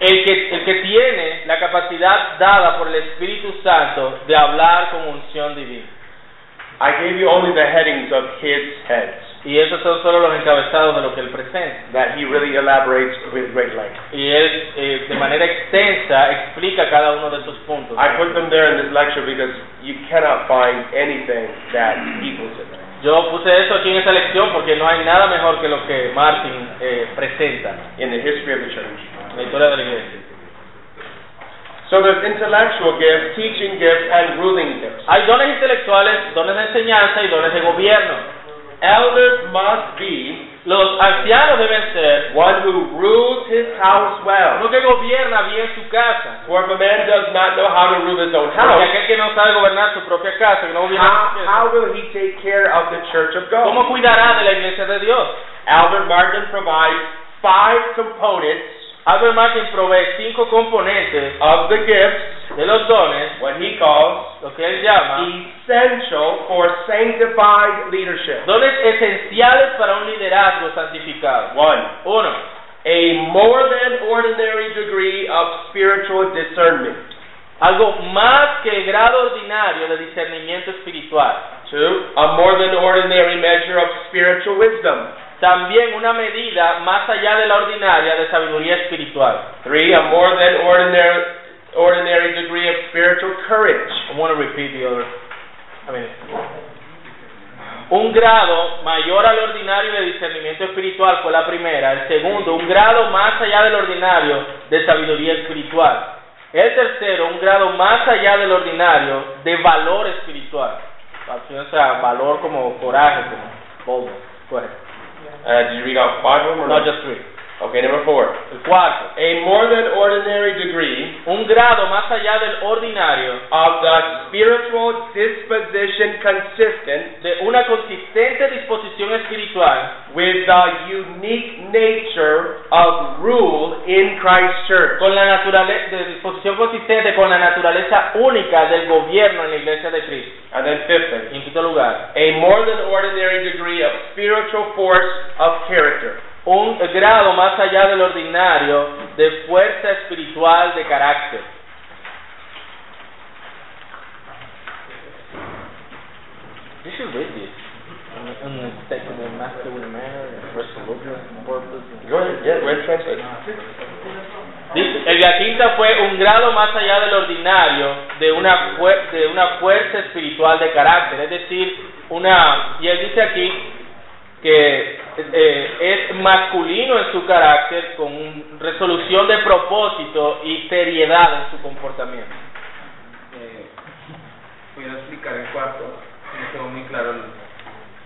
El que, el que tiene la capacidad dada por el Espíritu Santo de hablar con unción divina.
I gave you only the headings of his heads
Y esos son solo los encabezados de lo que él presenta.
that he really elaborates with great length.
Y él eh, de manera extensa explica cada uno de esos puntos.
I put them there in this lecture because you cannot find anything that equals it.
Yo puse eso aquí en esta lección porque no hay nada mejor que lo que Martin eh, presenta
in the history of the church.
en la historia de la iglesia.
So there's intellectual gifts, teaching gifts, and ruling gifts.
Hay dones intelectuales, dones de enseñanza y dones de gobierno.
Elders must be
Los ancianos deben ser
one who rules his house
uno
well.
que gobierna bien su casa.
For if a man does not know how to rule his own
Porque
house,
aquel que no sabe gobernar su propia casa, que no gobierna
how,
su propia
how will he take care of the church of God?
¿cómo cuidará de la iglesia de Dios?
Albert Martin provides five components
Albert Martin provee cinco componentes
of the gifts,
de los dones,
what he calls
lo que él llama
essential for sanctified leadership.
dones esenciales para un liderazgo santificado.
One,
Uno,
a more than ordinary degree of spiritual discernment.
algo más que el grado ordinario de discernimiento espiritual.
Two, a more than ordinary measure of spiritual wisdom.
También una medida más allá de la ordinaria de sabiduría espiritual.
Three, a more than ordinary ordinary degree of spiritual courage.
I want to repeat the other. I mean, un grado mayor al ordinario de discernimiento espiritual fue la primera. El segundo, un grado más allá del ordinario de sabiduría espiritual. El tercero, un grado más allá del ordinario de valor espiritual. O sea, valor como coraje, como boldness. Go ahead.
Uh, did you read out five of them or
No, just three.
Okay, number four.
El cuarto,
A more than ordinary degree
un grado más allá del ordinario
of the spiritual disposition consistent
de una consistente disposición espiritual
with the unique nature of rule in Christ's church.
con la naturaleza de disposición consistente con la naturaleza única del gobierno en la iglesia de Cristo.
And then fifthly,
Y en quinto lugar,
a more than ordinary degree of spiritual force of character.
un grado más allá del ordinario de fuerza espiritual de carácter. You should read this. In the statement of masculine manner, resolute purpose.
Go ahead, yeah, read translate.
Dice, el de la quinta fue un grado más allá del ordinario de una, fuer- de una fuerza espiritual de carácter, es decir, una, y él dice aquí que eh, es masculino en su carácter, con un- resolución de propósito y seriedad en su comportamiento.
Eh, voy a explicar el cuarto. No quedó muy claro la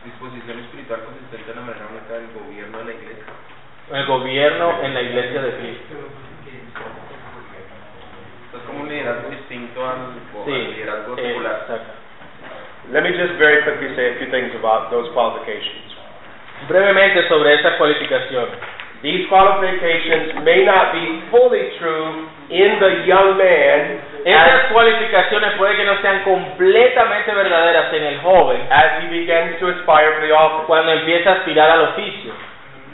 disposición espiritual consistente en la manera única del gobierno de la iglesia.
El gobierno en la iglesia de Cristo.
Esto es como un liderazgo distinto al, al
Sí,
liderazgo
eh,
secular.
exacto.
Let me just very quickly say a few things about those qualifications.
brevemente sobre esas cualificaciones.
These qualifications may not be fully true in the young man
Esas cualificaciones puede que no sean completamente verdaderas en el joven,
as he begins to aspire for the office.
cuando empieza a aspirar al oficio.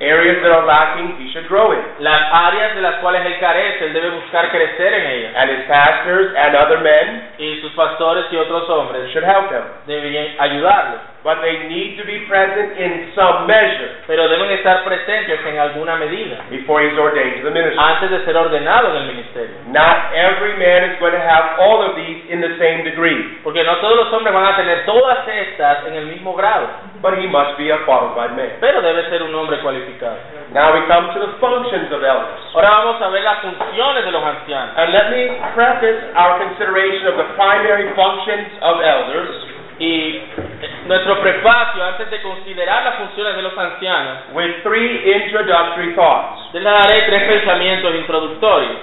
Areas that are lacking, he should grow in.
Las áreas de las cuales él carece, él debe buscar crecer en ellas.
And his pastors and other men
Y sus pastores y otros hombres
should help him.
deberían ayudarlo,
But they need to be present in some measure
pero deben estar presentes en alguna medida
before he's ordained to the ministry.
antes de ser ordenado en el ministerio.
Not every man is going to have all of these in the same degree,
Porque no todos los hombres van a tener todas estas en el mismo grado,
but he must be a qualified man.
pero debe ser un hombre cualificado.
Now we come to the functions of elders.
Ahora vamos a ver las funciones de los ancianos.
And let me preface our consideration of the primary functions of elders
Y eh, nuestro prefacio, antes de considerar las funciones de los ancianos,
with three introductory thoughts.
les daré tres pensamientos introductorios.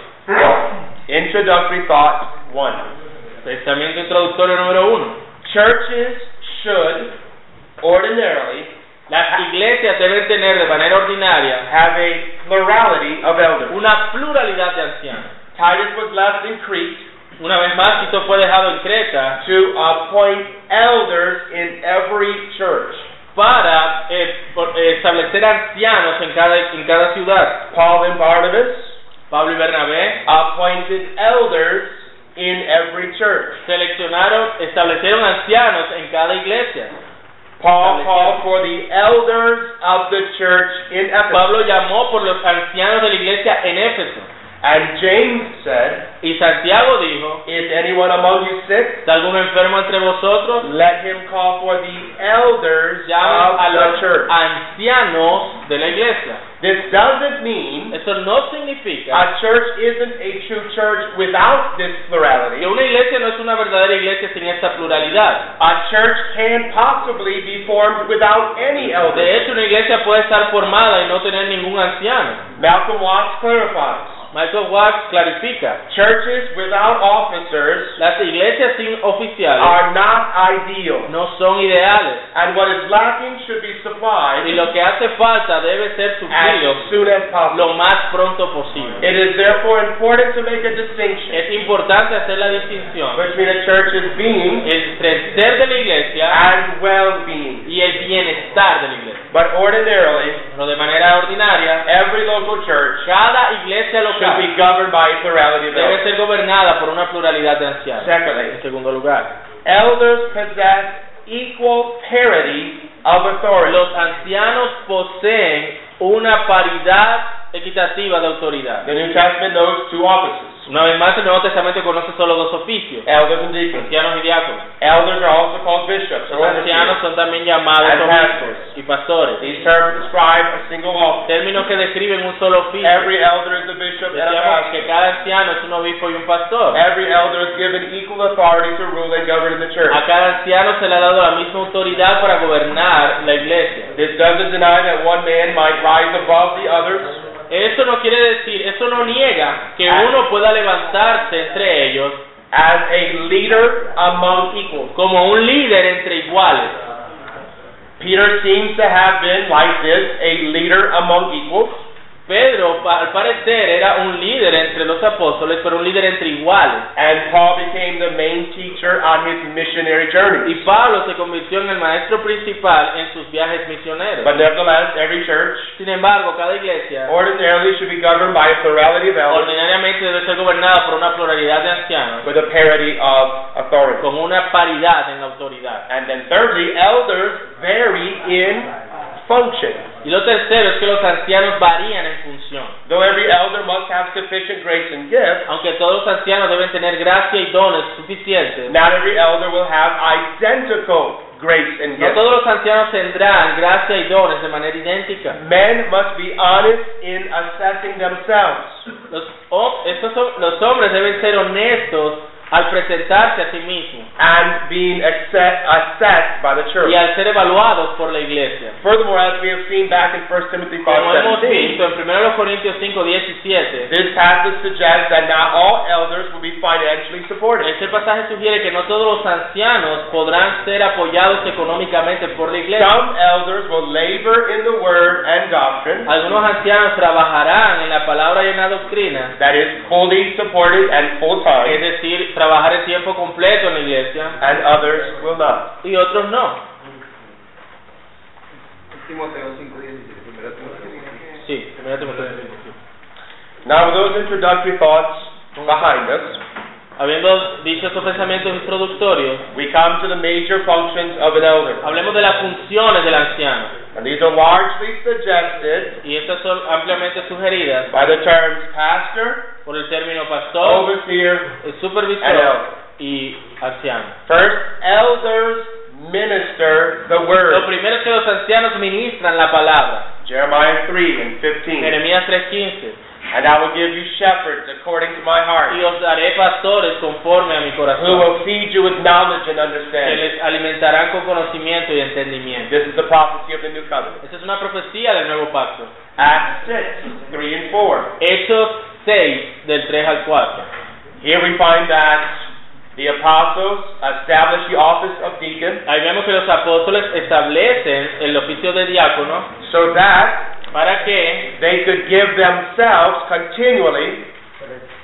Introductory thought one
Pensamiento introductorio número uno.
churches should ordinarily
Las iglesias deben tener de manera ordinaria
have a plurality of elders.
una pluralidad de ancianos.
Titus was left in Crete
Una vez más, Tito fue dejado en Creta
to appoint elders in every church.
para eh, por- eh, establecer ancianos en cada, en cada ciudad.
Paul and Barnabas
Pablo y Bernabé
appointed elders in every church.
seleccionaron, establecieron ancianos en cada iglesia.
Paul called for the elders of the church in Ephesus.
Pablo llamó por los ancianos de la iglesia en Éfeso.
And James said,
Y Santiago dijo,
Is anyone among you sick?
¿está alguno enfermo entre vosotros?
Let him call for the elders
Llamen a
of the church.
los ancianos de la iglesia.
This doesn't mean
Eso no significa
a church isn't a true church without this plurality.
que una iglesia no es una verdadera iglesia sin esta pluralidad.
A church can possibly be formed without any
De
elders.
hecho, una iglesia puede estar formada y no tener ningún anciano.
Malcolm Watts clarifies.
Michael Watts clarifica,
Churches without officers
las iglesias sin oficiales
are not ideal,
no son ideales
and what is lacking should be supplied
y lo que hace falta debe ser
as
suplido
soon as
lo
possible.
más pronto posible.
It is therefore important to make a distinction
Es importante hacer la distinción
between a church's being
entre el ser de la iglesia
and well-being.
y el bienestar de la iglesia.
But ordinarily,
Pero de manera ordinaria,
every local church
cada iglesia
should be
local
governed by a plurality of
debe
elders.
ser gobernada por una pluralidad de ancianos. En
Secondly,
segundo lugar,
elders possess equal parity of authority.
los ancianos poseen una paridad equitativa de autoridad.
The New Testament knows two offices,
Una vez más, el Nuevo Testamento conoce solo dos oficios,
elders and deacons.
ancianos y diáconos.
Elders are also called bishops or
Los ancianos
overseers.
son también llamados
And
obispos
pastors.
y
These
pastores,
terms describe a single office.
términos que describen un solo oficio.
Every elder is a bishop and a
Decíamos que
pastor.
cada anciano es un obispo y un pastor.
Every elder is given equal authority to rule and govern the church.
A cada anciano se le ha dado la misma autoridad para gobernar la iglesia.
This doesn't deny that one man might rise above the others
Eso no quiere decir, eso no niega que uno pueda levantarse entre ellos
as a leader among equals.
como un líder entre iguales.
Peter seems to have been, like this, a leader among equals.
Pedro, pa- al parecer, era un líder entre los apóstoles, pero un líder entre iguales.
And Paul became the main teacher on his missionary
Y
journey.
Pablo se convirtió en el maestro principal en sus viajes misioneros.
But nevertheless, every church
Sin embargo, cada iglesia
ordinarily should be governed by a plurality of elders
ordinariamente debe ser gobernada por una pluralidad de ancianos,
with a parity of authority.
con una paridad en la autoridad.
And then thirdly, elders vary in function.
Y lo tercero es que los ancianos varían en función.
Though every elder must have sufficient grace and gift,
Aunque todos los ancianos deben tener gracia y dones suficientes,
not every elder will have identical grace and
no
gift.
todos los ancianos tendrán gracia y dones de manera idéntica.
Men must be honest in assessing themselves.
Los, ho- estos hom- los hombres deben ser honestos al presentarse a sí mismos
and being accept, assessed by the church.
y al ser evaluados por la iglesia.
Furthermore, as we have seen back in 1 Timothy
Como hemos
5:17,
visto en 1 Corintios 5, 17,
this passage suggests that not all elders will be financially supported.
este pasaje sugiere que no todos los ancianos podrán ser apoyados económicamente por la iglesia.
Some elders will labor in the word and doctrine,
Algunos ancianos trabajarán en la palabra y en la doctrina,
that is fully supported and full
es
time,
decir, trabajar el tiempo completo en la iglesia,
and others will not.
y otros no.
Timoteo 5.17, primero Timoteo 5:17.
Sí, primero Timoteo 5:17.
Now, with those introductory thoughts behind us,
Habiendo dicho estos pensamientos introductorios,
we come to the major functions of an elder.
Hablemos de las funciones del anciano.
And these are largely suggested
Y estas son ampliamente sugeridas
by the terms pastor,
por el término pastor,
overseer,
el
and
supervisor
elder.
y anciano.
First, elders minister the
Lo
word.
primero es que los ancianos ministran la palabra.
Jeremiah 3 and 15.
Jeremías 3:15.
And I will give you shepherds according to my
Y
heart,
os daré pastores conforme a mi
who
corazón,
will feed you with knowledge and
que
understanding.
les alimentarán con conocimiento y entendimiento.
This is the prophecy of the new covenant.
Esa es una profecía del nuevo pacto.
Acts 6, 3 and 4.
Hechos 6, del 3 al 4.
Here we find that the apostles established the office of deacon
Ahí vemos que los apóstoles establecen el oficio de diácono
so that
para que
they could give themselves continually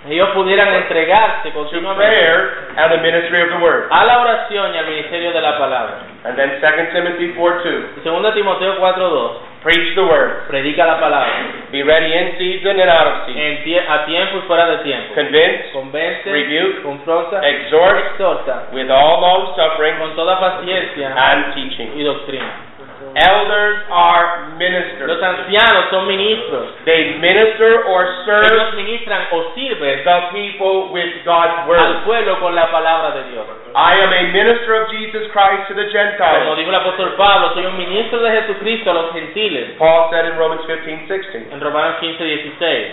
ellos pudieran entregarse
to
continuamente
prayer and the ministry of the word.
a la oración y al ministerio de la palabra.
And then 2 Timothy 4,
Y Segundo Timoteo 4.2,
2. Preach the word.
predica la palabra
Be ready in season and out of season.
en tie- a tiempo y fuera de tiempo.
Convince
Convence,
rebuke,
confronta,
exhort
exhorta
with all long suffering
con toda paciencia
and teaching.
y doctrina.
Elders are ministers.
Los ancianos son ministros.
They minister or serve
Ellos ministran o sirven
the people with God's
al
word.
pueblo con la palabra de Dios.
I am a minister of Jesus Christ to the
Como
Gentiles.
dijo el apóstol Pablo, soy un ministro de Jesucristo a los gentiles.
Paul said in Romans 15, 16,
En Romanos 15, 16.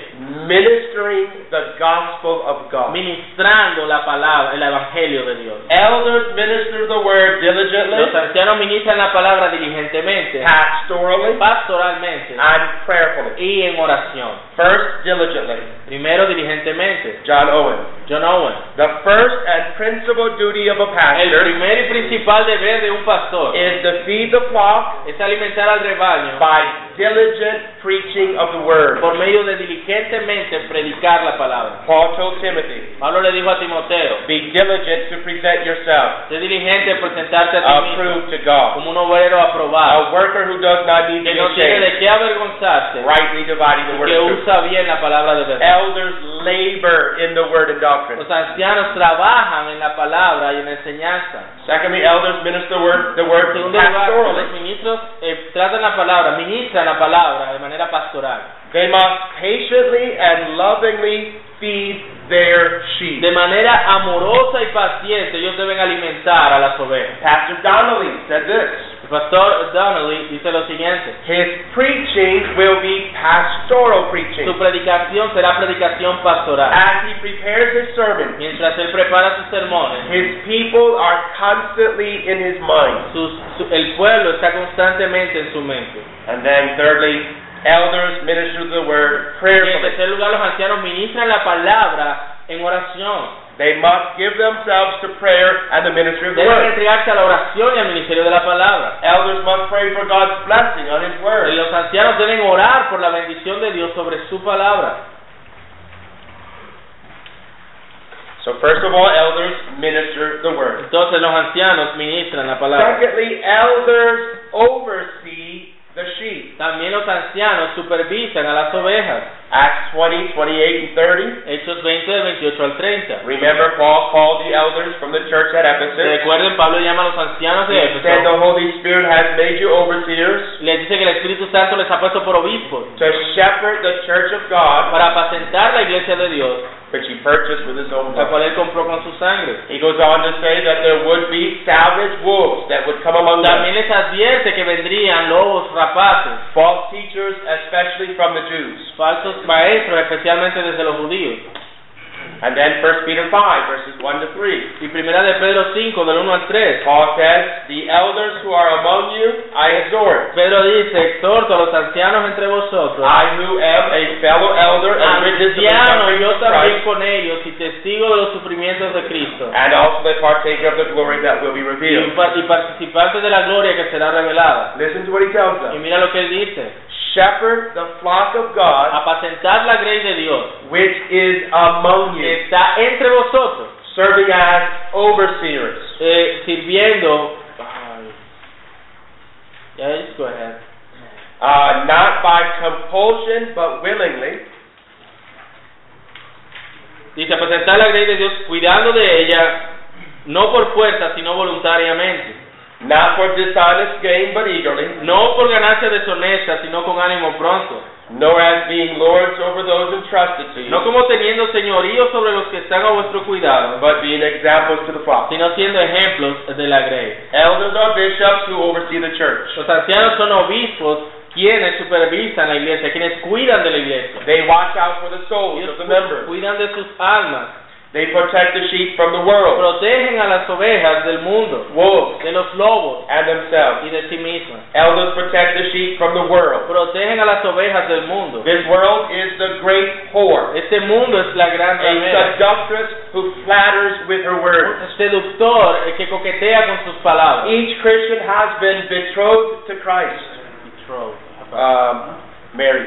ministering the gospel of God.
Ministrando la palabra, el evangelio de Dios.
Elders minister the word
Los
diligently,
ancianos ministran la palabra diligentemente,
Ah. pastorally,
pastoralmente
and prayerfully.
y en oración.
First, diligently.
Primero diligentemente.
John Owen.
John Owen.
The first and principal duty of a
El
pastor
primer y principal deber de un pastor
is to feed the flock
es alimentar al rebaño
by diligent preaching of the word.
por medio de diligentemente predicar la palabra.
Paul told Timothy,
Pablo le dijo a Timoteo,
be diligent to present yourself
sé diligente en presentarte a ti mismo
approved to God,
como un obrero aprobado,
a worker who does not need to
que
be
no tiene
ashamed,
de qué avergonzarse,
rightly dividing the
y
word
que
of truth.
usa bien la palabra de verdad.
Elders labor in the word and doctrine.
Los ancianos trabajan en la palabra y en la enseñanza.
Secondly, elders minister the word, the
En
word
segundo lugar, los
pastorally.
ministros eh, tratan la palabra, ministran la palabra de manera pastoral,
They must patiently and lovingly feed their sheep.
de manera amorosa y paciente. Ellos deben alimentar a las ovejas.
Pastor Donnelly said this.
El pastor Donnelly dice lo siguiente:
His preaching will be pastoral preaching.
su predicación será predicación pastoral.
As he prepares his sermon,
Mientras él prepara sus sermones,
his people are constantly in his mind.
sus- su- el pueblo está constantemente en su mente.
And then thirdly, elders minister the word
Y en
prayerfully.
tercer lugar, los ancianos ministran la palabra en oración.
They must give themselves to prayer and the ministry of the
Deben
word.
entregarse a la oración y al ministerio de la palabra.
Elders must pray for God's blessing on his
Y
word.
Los ancianos deben orar por la bendición de Dios sobre su palabra.
So first of all, elders minister the word.
Entonces los ancianos ministran la palabra.
Secondly, elders oversee the sheep.
También los ancianos supervisan a las ovejas.
Acts 20, 28, and 30.
Hechos 20 del 28 al 30.
Remember, Paul called the elders from the church at Ephesus.
Recuerden, Pablo llama a los ancianos
He
de
said,
Éfeso.
The Holy Spirit has made you overseers
Les dice que el Espíritu Santo les ha puesto por obispos
to shepherd the church of God,
para apacentar la iglesia de Dios,
which he purchased with his own blood.
la cual él compró con su sangre.
He goes on to say that there would be savage wolves that would come among them,
También les advierte que vendrían lobos rapaces,
false teachers, especially from the Jews.
falsos maestros, especialmente desde los judíos.
And then 1 Peter 5, verses 1 to 3.
Y primera de Pedro 5, del 1 al 3.
Paul says, The elders who are among you, I exhort.
Pedro dice, exhorto a los ancianos entre vosotros,
I who am a fellow elder and witness of the suffering
ancianos Ah, pues, yo
of Christ, Ah,
también con ellos y testigo de los sufrimientos de Cristo
and also a partaker of the glory that will be
y, un
revealed.
par- y participante de la gloria que será revelada.
Listen to what he tells
Y
them.
mira lo que él dice,
Shepherd the flock of God
apacentar la grey de Dios
which is among
que
you,
está entre vosotros,
serving as overseers.
eh, sirviendo... Ay. Yeah, just go ahead.
Uh, not by compulsion, but willingly,
Dice, apacentar la grey de Dios cuidando de ella, no por fuerza, sino voluntariamente.
not for dishonest gain, but eagerly,
No por ganancia deshonesta, sino con ánimo pronto.
nor as being lords over those entrusted to you,
No como teniendo señorío sobre los que están a vuestro cuidado,
but being examples to the flock.
sino siendo ejemplos de la grey.
Elders are bishops who oversee the church.
Los ancianos son obispos quienes supervisan la iglesia, quienes cuidan de la iglesia.
They watch out for the souls of
Ellos
the
cu-
members.
cuidan de sus almas,
They protect the sheep from the world,
protegen a las ovejas del mundo,
wolves,
de los lobos
and themselves.
y de sí mismas.
Elders protect the sheep from the world.
Protegen a las ovejas del mundo.
This world is the great whore,
Este mundo es la
a
gran ramera,
seductress who flatters with her words.
un seductor eh, que coquetea con sus palabras.
Each Christian has been betrothed to Christ, um, married.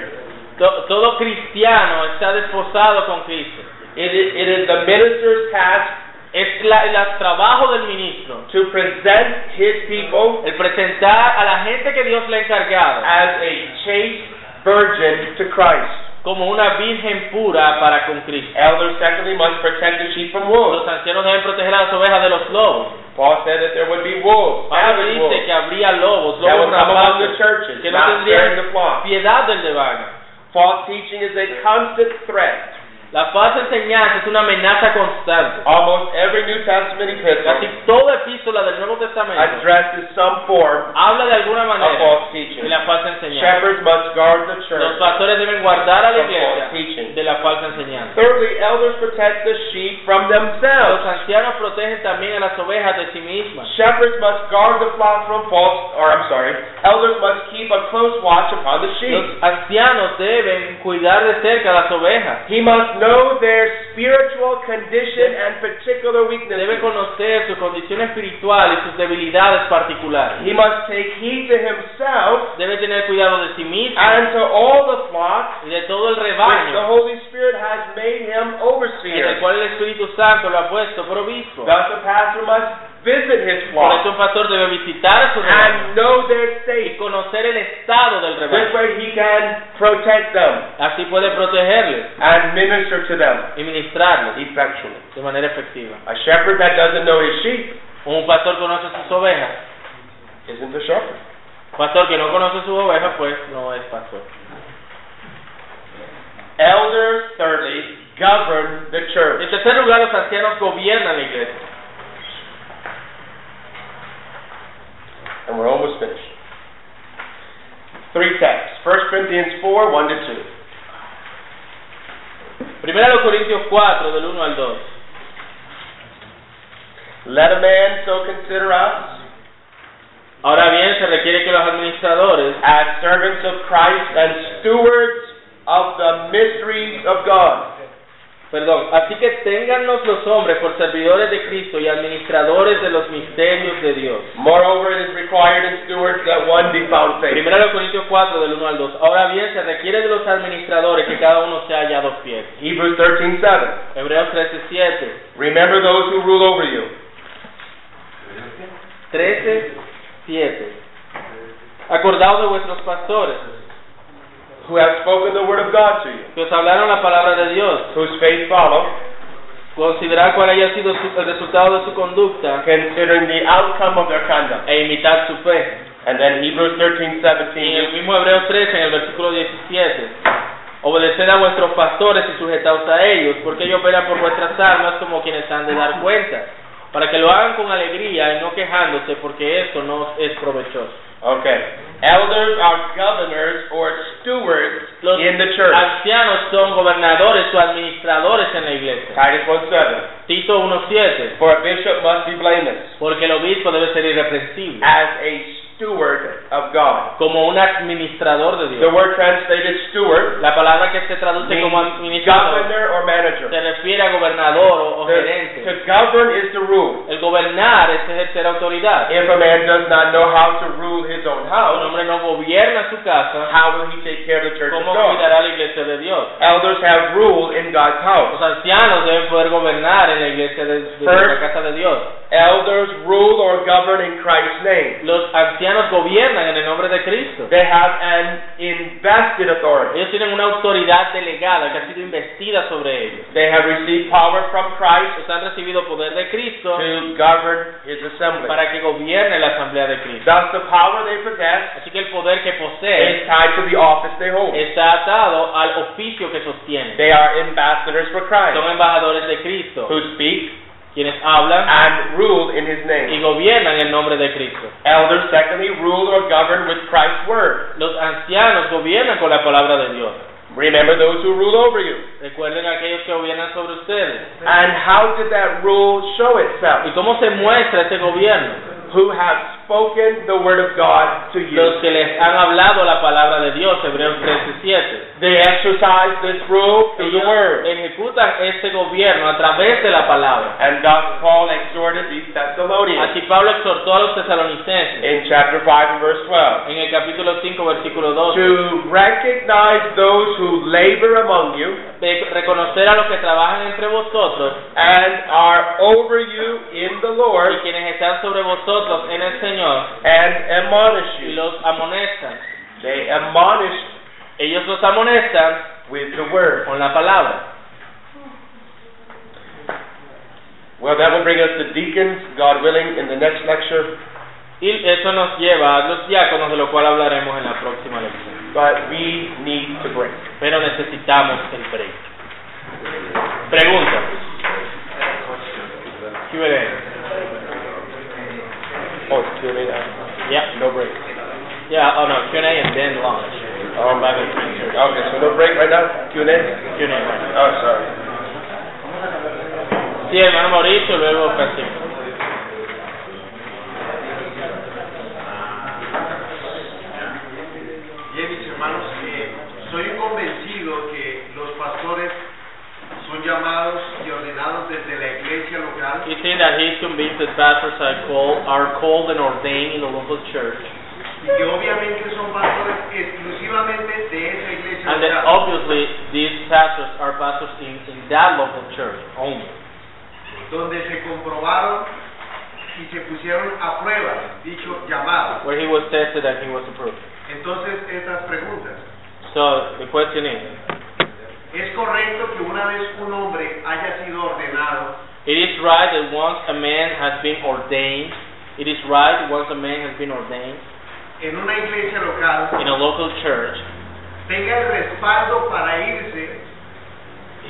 To- todo cristiano está desposado con Cristo.
It is, it is the minister's task
Es la- el trabajo del ministro
to present his people
el presentar a la gente que Dios le ha encargado
as a chaste virgin to Christ.
como una virgen pura para con Cristo.
Elders, secondly, must protect the sheep from wolves.
Los ancianos deben proteger a las ovejas de los lobos.
Paul said that there would be wolves,
Pablo
savage
dice
wolves,
que habría lobos,
Ah, that would
lobos
come among the
rapaces,
churches,
que no
not sparing
tendrían
the flock.
piedad del rebaño.
False teaching is a constant threat.
La falsa enseñanza es una amenaza constante.
Almost every New Testament
Casi
epistle
toda epístola del Nuevo Testamento
addresses some form
habla de alguna
of
manera
false
de
teaching.
la falsa enseñanza.
Shepherds must guard the
Los
church
pastores deben guardar a la
from false
iglesia
teaching.
de la falsa enseñanza.
Thirdly, elders protect the sheep from
Los
themselves.
ancianos protegen también a las ovejas de sí mismas.
Shepherds must guard the flock from false, or I'm sorry, elders must keep a close watch upon the sheep.
Los ancianos deben cuidar de cerca a las ovejas.
He must know their spiritual condition and particular
Debe
weaknesses.
conocer su condición espiritual y sus debilidades particulares.
He must take heed to himself
Debe tener cuidado de sí mismo
and to all the flock
y de todo el
which the
rebaño
Holy Spirit has made him
en el
overseer.
cual el Espíritu Santo lo ha puesto por obispo.
Thus, a pastor must visit his
Por eso
flock
un pastor debe visitar
Ah,
a su rebaño
and know their
y
state.
conocer el estado del
This
rebaño.
way, he can protect them
Así puede protegerles
and minister to them
y ministrarles
effectually.
de manera efectiva.
A shepherd that doesn't know his sheep
Un pastor conoce sus ovejas.
isn't a shepherd.
Pastor que no conoce sus ovejas, pues no es pastor.
Elders, thirdly, govern the church.
En tercer lugar, los ancianos gobiernan la iglesia.
And we're almost finished. Three texts. 1 Corinthians 4, 1 to 2.
Primera de los Corintios 4, del 1 al 2.
Let a man so consider us
Ahora bien, se requiere que los administradores
as servants of Christ and stewards of the mysteries of God.
Perdón, así que téngannos los hombres por servidores de Cristo y administradores de los misterios de Dios.
Moreover, it is required in stewards that one be found faithful.
Primera de los Corintios 4, del 1 al 2. Ahora bien, se requiere de los administradores que cada uno sea hallado fiel.
Hebrews 13:7.
Hebreos 13, 7.
Remember those who rule over you.
13, 7. Acordaos de vuestros pastores,
who have spoken the word of God to you,
que os hablaron la palabra de Dios.
whose faith follow,
Considerad cuál haya sido su- el resultado de su conducta
considering the outcome of their conduct.
e imitad su fe.
And then Hebrews thirteen
Y en el
seventeen.
mismo Hebreos 13, en el versículo 17, obedeced a vuestros pastores y sujetaos a ellos, porque ellos velan por vuestras almas como quienes han de dar cuenta, para que lo hagan con alegría y no quejándose, porque esto no es provechoso.
Okay. Elders are governors or stewards
Los
in the church.
ancianos son gobernadores o administradores en la iglesia.
Titus 1 7.
Tito 1.7,
For a bishop must be blameless
porque el obispo debe ser irreprensible,
as a steward of God.
como un administrador de
The
Dios.
word translated steward,
La palabra que se traduce como
means
administrador
governor or manager.
se refiere a gobernador o- o
To,
gerente.
to govern is to rule.
El gobernar es ejercer autoridad. Ah,
If a man does not know how to rule his own
Un
house,
hombre no gobierna su casa,
how will he take care of the church of
¿cómo
God?
cuidará la iglesia de Dios?
Elders have rule in God's
Los
house.
ancianos deben poder gobernar en la iglesia de, de la
First.
casa de Dios.
Elders rule or govern in Christ's name.
Los ancianos gobiernan en el nombre de Cristo.
They have an invested authority.
Ellos tienen una autoridad delegada que ha sido investida sobre ellos.
They have received power from Christ
Ellos han recibido poder de Cristo
to govern His assembly.
para que gobierne la asamblea de Cristo.
Thus, the power they possess
Así que el poder que
is
posee
tied to the office they hold.
está atado al oficio que sostiene.
They are ambassadors for
Son
Christ
embajadores de Cristo,
who speak
quienes hablan
and rule in His
y
name.
gobiernan en nombre de Cristo.
Elders, secondly, rule or govern with Christ's word.
Los ancianos gobiernan con la palabra de Dios.
Remember those who rule over you.
Recuerden a aquellos que gobiernan sobre ustedes.
And how did that rule show itself?
¿Y cómo se muestra ese gobierno?
who have spoken the word of God to you.
Los que les han hablado la palabra de Dios, Hebreos 13:7.
They exercise this rule through the
Ellos
word.
ejecutan ese gobierno a través de la palabra.
And thus Paul exhorted these Thessalonians
Así Pablo exhortó a los tesalonicenses
in chapter 5 and verse 12
en el capítulo 5, versículo 12,
to recognize those who labor among you
de reconocer a los que trabajan entre vosotros
and are over you in the
y
Lord
quienes están sobre vosotros en el Señor
and admonish
y
you.
los amonestan.
They admonish
Ellos los amonestan
with the word.
con la palabra.
Well, that will bring us to deacons, God willing, in the next lecture.
Y eso nos lleva a los diáconos, de lo cual hablaremos en la próxima lección.
But we need to break.
Pero necesitamos el break. Pregunta. Q&A.
Oh, it's too late now.
Yeah,
No break.
yeah, oh no, Q&A and then lunch.
Um, okay, so no break right now. Q and A.
Q&A, bueno.
Oh, sorry.
Sí, hermano Mauricio, luego Francisco.
Bien, mis hermanos, eh, soy un convencido que los pastores son llamados y ordenados desde la iglesia local
You think that he's convinced that pastors are called, are called and ordained in the local church,
y que obviamente son pastores exclusivamente de esa iglesia
and that
local.
obviously these pastors are pastors in, in that local church only,
donde se comprobaron y se pusieron a prueba dicho llamado.
where he was tested and he was approved.
Entonces, estas preguntas.
So the question is,
¿Es correcto que una vez un hombre haya sido ordenado,
it is right that once a man has been ordained, it is right once a man has been ordained
en una iglesia local,
in a local church,
tenga el respaldo para irse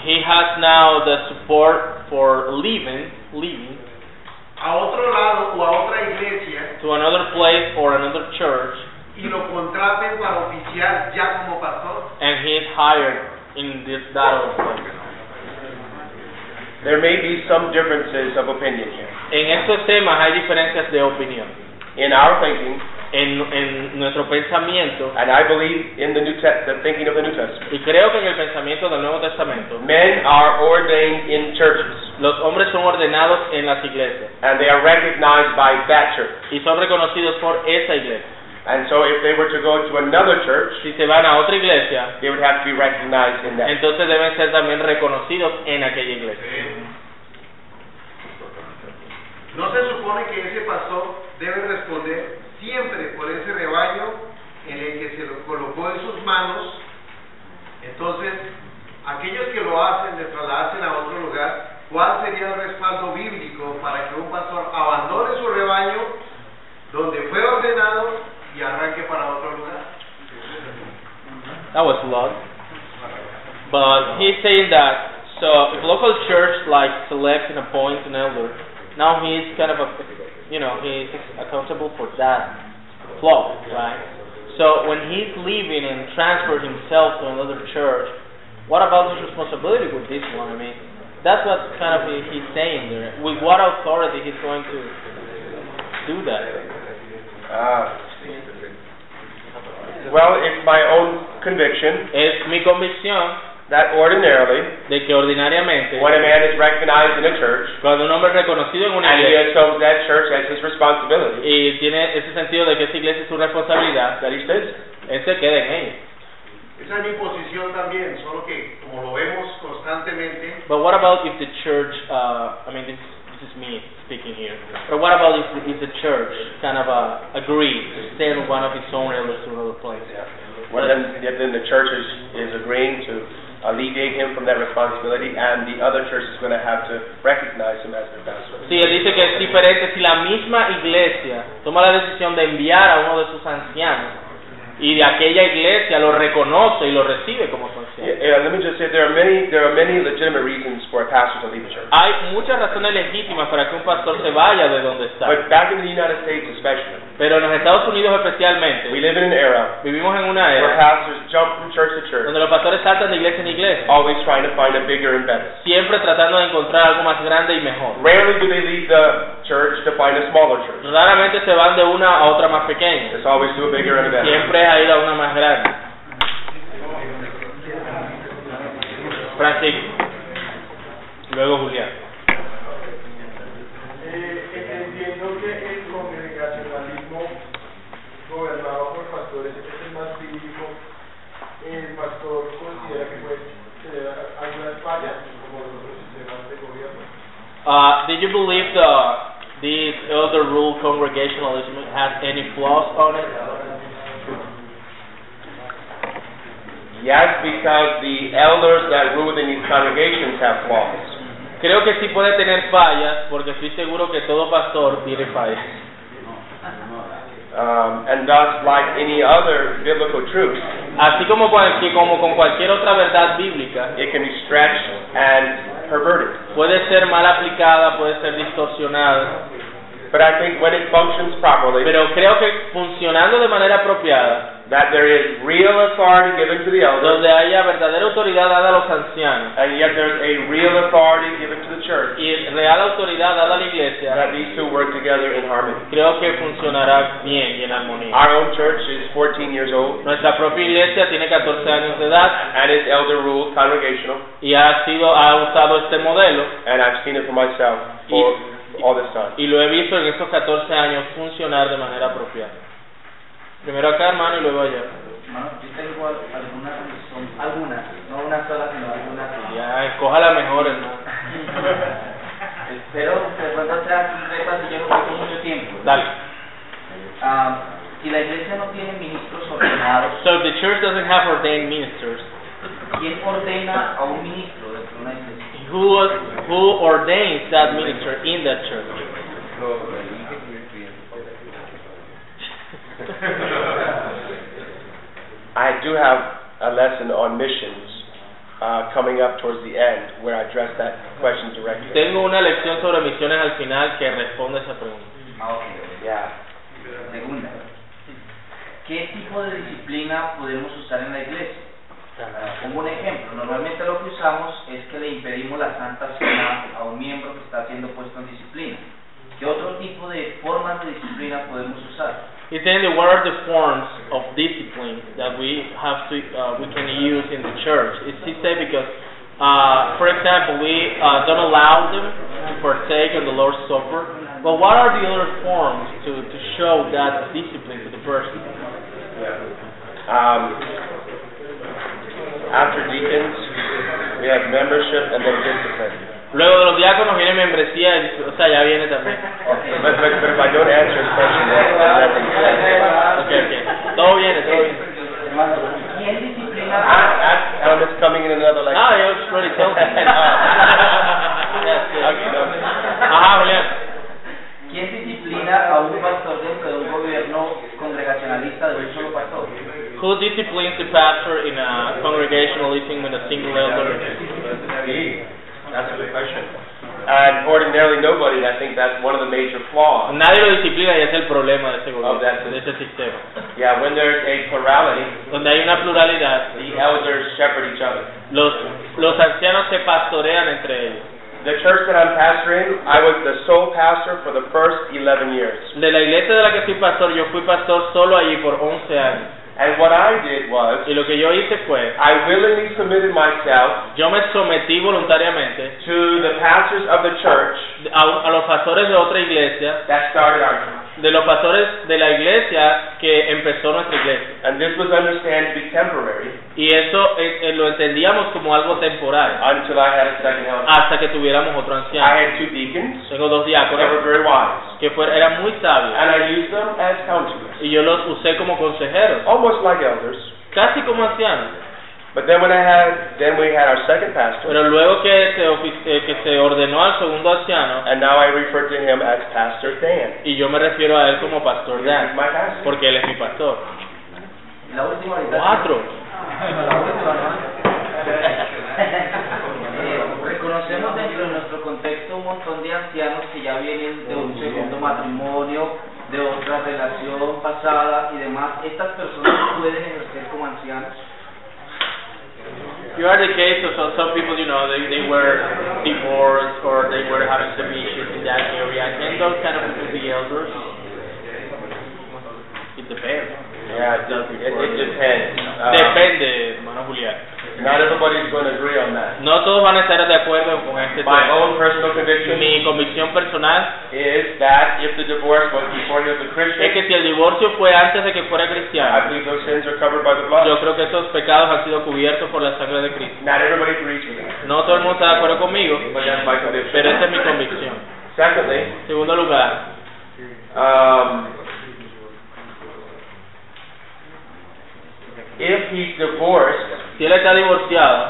he has now the support for leaving, leaving
a otro lado o a otra iglesia
to another place or another church,
y lo contraten para oficiar ya como pastor?
and he is hired in this that other place.
There may be some differences of opinion here.
En estos temas hay diferencias de opinión.
In our thinking,
En, en nuestro pensamiento,
and I believe in the New Test, the thinking of the New Testament,
y creo que en el pensamiento del Nuevo Testamento,
men are ordained in churches,
los hombres son ordenados en las iglesias
and they are recognized by that church.
y son reconocidos por esa iglesia.
And so if they were to go to another church,
Si se van a otra iglesia,
they would have to be recognized in that.
entonces deben ser también reconocidos en aquella iglesia.
No se supone que ese pastor debe responder siempre por ese rebaño en el que se lo colocó en sus manos. Entonces, aquellos que lo hacen, de trasladarse a otro lugar, ¿cuál sería el respaldo bíblico para que un pastor abandone su rebaño donde fue ordenado y arranque para otro lugar?
That was long. But he's saying that, so if local church like selects and appoints an elder, now he's kind of a, you know, he's accountable for that flock, right? So when he's leaving and transfers himself to another church, what about his responsibility with this one? I mean, that's what kind of he- he's saying there. With what authority he's going to do that?
Uh, well, it's my own conviction
Es mi convicción
that ordinarily,
de que ordinariamente
when a man is recognized in a church,
cuando un hombre es reconocido en una
and he
iglesia
assumes that church as his responsibility,
y tiene ese sentido de que esta iglesia es su responsabilidad,
that he stays.
él se queda en ella.
Esa es mi posición también, solo que como lo vemos constantemente,
But what about if the church, uh, I mean, this, this is me speaking here, but what about if, if the church kind of uh, agrees to send one of its own elders to another place?
Well, then, then the church is, is agreeing to alleviate him from that responsibility, and the other church is going to have to recognize him as their pastor.
Sí, él dice que es diferente si la misma iglesia toma la decisión de enviar a uno de sus ancianos y de aquella iglesia lo reconoce y lo recibe como su anciano.
Yeah, yeah, let me just say there are many there are many legitimate reasons for a pastor to leave a church,
Hay muchas razones legítimas para que un pastor se vaya de donde está.
but back in the United States especially,
Pero en los Estados Unidos especialmente,
we live in an era
Vivimos en una
where
era
pastors jump from church to church,
donde los pastores saltan de iglesia en iglesia,
always trying to find a bigger and better.
siempre tratando de encontrar algo más grande y mejor.
Rarely do they leave the church to find a smaller church.
Raramente se van de una a otra más pequeña,
It's always to a bigger and a better.
siempre es a ir a una más grande. Francisco, luego Julián.
Eh, entendiendo que el congregacionalismo gobernado por pastores es el más bíblico, el pastor considera que puede tener algunas fallas, como los otros sistemas de gobierno.
Uh, did you believe the this elder rule congregationalism has any flaws on it?
Yes, because the elders that rule in these congregations have flaws.
Creo que sí puede tener fallas, porque estoy seguro que todo pastor tiene fallas.
Um, and thus, like any other biblical truth,
Así como, cualquier- como con cualquier otra verdad bíblica,
it can be stretched and perverted.
puede ser mal aplicada, puede ser distorsionada,
But I think when it functions properly,
pero creo que funcionando de manera apropiada,
that there is real authority given to the elders,
donde haya verdadera autoridad dada a los ancianos
and yet there's a real authority given to the church,
y real autoridad dada a la iglesia,
that these two work together in harmony.
creo que funcionará bien y en armonía.
Our own church is 14 years old,
Nuestra propia iglesia tiene 14 años de edad
and it's elder ruled congregational,
y ha sido ha usado este modelo
and I've seen it for myself for all this time.
y lo he visto en estos 14 años funcionar de manera apropiada. Primero acá, hermano, y luego allá.
yo tengo alguna condición, alguna, no una sola, sino alguna que
Ya, escoja la mejor, hermano.
Espero que de pronto sea concreta si yo no tengo mucho tiempo.
Dale.
Ah, si la iglesia no tiene ministros ordenados,
So if the church doesn't have ordained ministers,
¿quién ordena a un ministro dentro de una iglesia?
who who ordains that minister in that church?
Lo elige y lo escribe.
I do have a lesson on missions uh, coming up towards the end where I address that question directly.
Tengo una lección sobre misiones al final que responde esa pregunta.
Ah, ok.
Yeah.
Segunda, ¿qué tipo de disciplina podemos usar en la iglesia? Ah, Pongo un ejemplo. Normalmente lo que usamos es que le impedimos la santa cena a un miembro que está siendo puesto en disciplina. ¿Qué otro tipo de formas de disciplina podemos usar?
It's saying that what are the forms of discipline that we have to uh, we can use in the church? It's he said because, uh, for example, we uh, don't allow them to partake of the Lord's Supper. But what are the other forms to, to show that discipline to the person?
Um, after deacons, we have membership and then discipline.
Luego de los diáconos viene membresía, y- o sea, ya viene también.
But, but, but if I don't answer his question, then there's nothing said.
Okay, okay. Todo viene, todo viene.
¿Quién disciplina?
Ah, ah, um, it's coming in another language.
Ah, yo already told you. Yes, yes.
Okay, no.
Ajá, Julián.
¿Quién disciplina a un pastor dentro de un gobierno congregacionalista de un solo pastor?
Who disciplines the pastor in a congregationalism with a single elder?
That's a good question. And ordinarily nobody, and I think that's one of the major flaws.
Nadie lo disciplina y es el problema de ese gobierno,
Oh, that's it.
de ese sistema.
Yeah, when there's a plurality,
Donde hay una pluralidad,
the elders shepherd each other.
los, los ancianos se pastorean entre ellos.
The church that I'm pastoring, I was the sole pastor for the first 11 years.
De la iglesia de la que fui pastor, yo fui pastor solo allí por 11 años.
And what I did was,
Y lo que yo hice fue,
I willingly submitted myself
yo me sometí voluntariamente
to the pastors of the church
a, a los pastores de otra iglesia,
that started our church.
de los pastores de la iglesia que empezó nuestra iglesia.
And this was understood to be temporary
Y eso eh, eh, lo entendíamos como algo temporal,
until I had a second elder.
hasta que tuviéramos otro
I
anciano.
had two deacons
Tengo dos
that were
diáconos
very wise,
que fueron, eran muy sabios
and I used them as counselors,
y yo los usé como consejeros,
almost like elders.
casi como ancianos.
But then when I had, then we had our second pastor,
Pero luego que se, ofi- eh, que se ordenó al segundo anciano,
and now I refer to him as Pastor Dan.
y yo me refiero a él como pastor
He's
Dan,
my pastor.
porque él es mi pastor.
La última ahorita-
Cuatro.
Eh, Reconocemos dentro de nuestro contexto un montón de ancianos que ya vienen de un segundo matrimonio, de otra relación pasada y demás. ¿Estas personas pueden ejercer como ancianos?
You are the case of some, some people, you know, they, they were divorced or they were having some issues in that area. Can those kind of people be elders? It depends.
Yeah, it, does- it, it depends.
Ah.
Uh,
Depende, hermano Julián.
not everybody's going to agree on that.
No todos van a estar de acuerdo con este
My
tema.
own personal conviction
Mi convicción personal
is that if the divorce was before he was a
es
Christian,
que si el divorcio fue antes de que fuera
I
cristiano,
believe those sins are covered by the blood.
yo creo que esos pecados han sido cubiertos por la sangre de Cristo.
Not everybody agrees with that,
No todo el mundo está de acuerdo conmigo,
but that's my
pero esa es mi
conviction.
convicción.
Secondly,
En segundo lugar,
um, if he's divorced
si él está divorciado,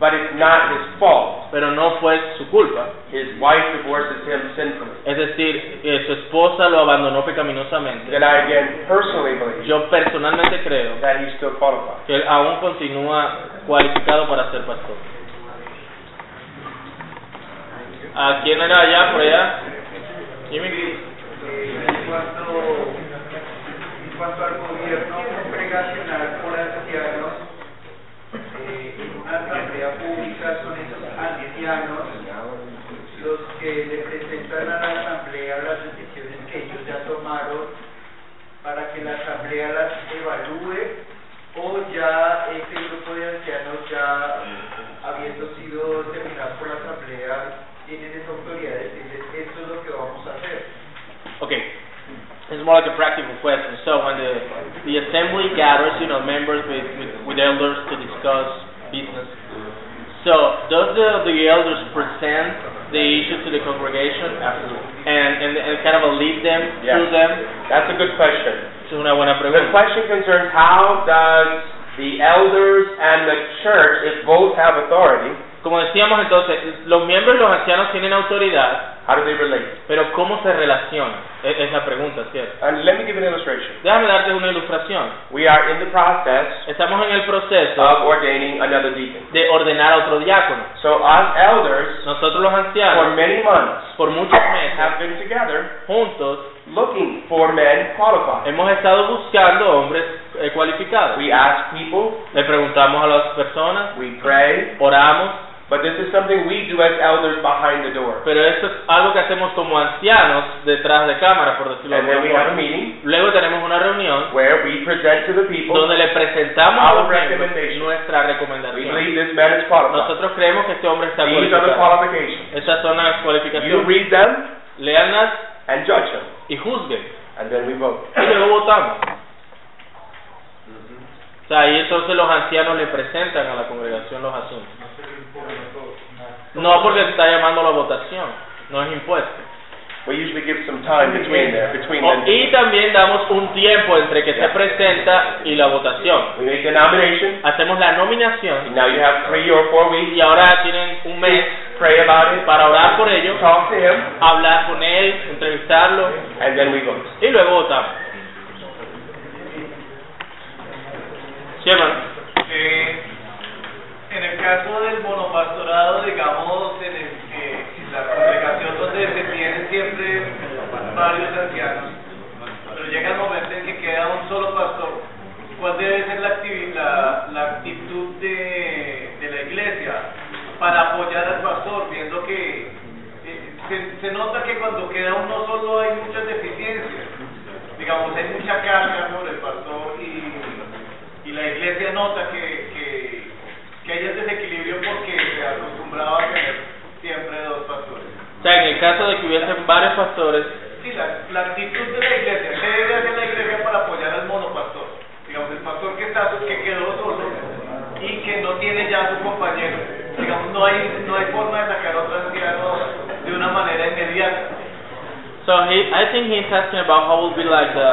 but it's not his fault.
pero no fue su culpa,
His wife divorces him sinfully.
es decir, eh, su esposa lo abandonó pecaminosamente,
Then I again personally believe
yo personalmente creo
that he still qualifies.
que él aún continúa cualificado para ser pastor. ¿A quién era allá, por allá? Jimmy.
Eh, en cuanto, en cuanto al gobierno congregacional por ancianos, eh, en una asamblea pública son esos ancianos los que le presentan a la asamblea las decisiones que ellos ya tomaron para que la asamblea las evalúe o ya este grupo de ancianos ya habiendo sido terminado por la asamblea tienen esa autoridad de decirles esto es lo que vamos a hacer.
Okay. It's more like a practical question. So when the the assembly gathers, you know, members with with, with elders to discuss business. So does the the elders present the issue to the congregation
Absolutely.
and and, and kind of lead them
Yes.
through them?
That's a good question.
Es una buena
The
pregunta.
question concerns how does the elders and the church, if both have authority,
Como decíamos entonces, los miembros y los ancianos tienen autoridad,
how do they relate?
pero ¿cómo se relacionan? Es, es la pregunta, ¿cierto?
And let me give an illustration.
Déjame darte una ilustración.
We are in the process
Estamos en el proceso
of ordaining another deacon.
de ordenar a otro diácono.
So us elders,
Nosotros los
for
ancianos,
many months,
por muchos meses,
have been together
juntos,
looking for men qualified.
Hemos estado buscando hombres eh, cualificados.
We ask people,
Le preguntamos a las personas,
we pray,
oramos,
but this is something we do as elders behind the door.
pero esto es algo que hacemos como ancianos detrás de cámara, por decirlo de
And then we
alguna
have a
forma.
meeting
Luego tenemos una reunión
where we present to the people,
donde le presentamos a los
Our
miembros
recommendation.
nuestra
we
recomendación.
believe this man is qualified.
Nosotros creemos que este hombre está
These are the
cualificado.
qualifications.
Esas son las
You
cualificaciones.
read them
Leanlas
and judge them,
y juzguen.
and then we vote.
Y luego votamos. O sea, ahí entonces los ancianos le presentan a la congregación los asuntos. No porque se está llamando la votación, no es impuesto.
We usually give some time between there, between
O-
them.
y también damos un tiempo entre que se
Yeah.
presenta y la votación.
We make the nomination,
Hacemos la nominación
and now you have three or four weeks,
y ahora tienen un mes
pray about it,
para orar por ello,
talk to him,
hablar con él, entrevistarlo
and then we vote.
y luego votamos. Sí, hermano.
Eh, en el caso del monopastorado, digamos, en el que la congregación donde se tienen siempre varios ancianos, pero llega el momento en que queda un solo pastor, ¿cuál debe ser la, activi- la, la actitud de, de la iglesia para apoyar al pastor, viendo que eh, se, se nota que cuando queda uno solo hay muchas deficiencias? Digamos, hay mucha carga sobre el pastor y, y la iglesia nota que, que, que hay ese desequilibrio porque se acostumbraba a tener siempre dos pastores.
O sea, en el caso de que hubiesen varios pastores,
Sí, la, la actitud de la iglesia, ¿qué debe hacer la iglesia para apoyar al monopastor? Digamos, el pastor que está, que quedó solo y que no tiene ya su compañero. Digamos, no hay, no hay forma de sacar a otro anciano de una manera inmediata.
So he, I think he's asking about how will be like the,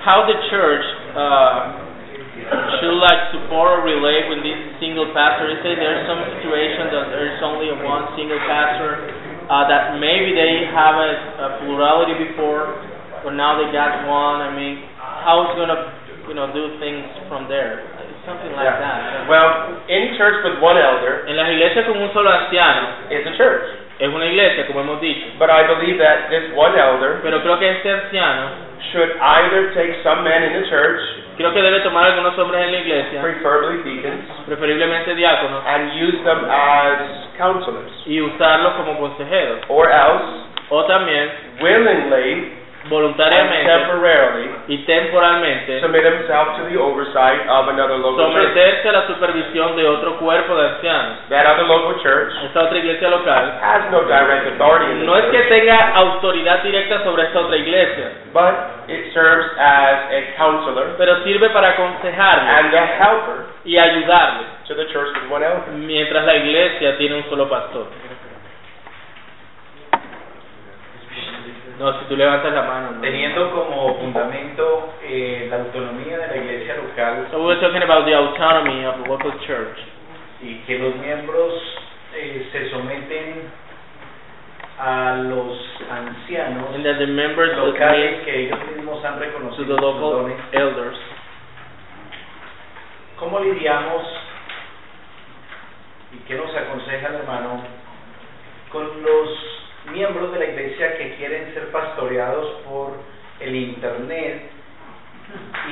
how the church uh, should like support or relate with this single pastor. He said there's some situation that there's only one single pastor uh, that maybe they have a, a plurality before, but now they got one. I mean, how is gonna you know do things from there? Something like that.
Well, any church with one elder
En las iglesias con un solo anciano
is a church,
es una iglesia, como hemos dicho,
but I believe that this one elder
pero creo que este anciano
should either take some men in the church,
creo que debe tomar algunos hombres en la iglesia.
preferably deacons,
preferiblemente diáconos,
and use them as counselors,
y usarlos como consejeros.
or else
O también,
willingly and
voluntariamente
temporarily
y temporalmente,
submit himself to the oversight of another local church.
someterse a la supervisión de otro cuerpo de ancianos.
That other local church
Esta otra iglesia local
has no direct authority in the
no es que
church,
tenga autoridad directa sobre esta otra iglesia,
but it serves as a counselor
pero sirve para aconsejarles
and a helper
y ayudarles,
to the church with one elder.
mientras la iglesia tiene un solo pastor. No, si tú levantas la mano. no.
Teniendo como fundamento eh, la autonomía de la iglesia local
local
So we were talking about the autonomy of the local church
y que los miembros eh, se someten a los ancianos
and that the members of
locales
the
que ellos mismos han
to
reconocido
the
sus
local
dones.
elders.
¿Cómo lidiamos y qué nos aconseja el hermano con los miembros de la iglesia que quieren ser pastoreados por el internet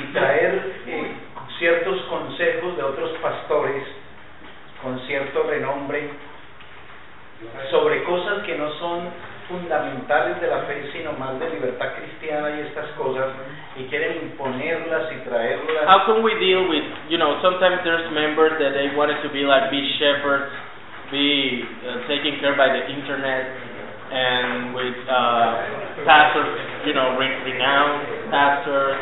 y traer eh, ciertos consejos de otros pastores con cierto renombre sobre cosas que no son fundamentales de la fe, sino más de libertad cristiana y estas cosas, y quieren imponerlas y traerlas
How can we deal with, you know, sometimes there's members that they wanted to be like, be shepherds, be uh, taken care by the internet, and with uh, pastors, you know, re- renowned pastors,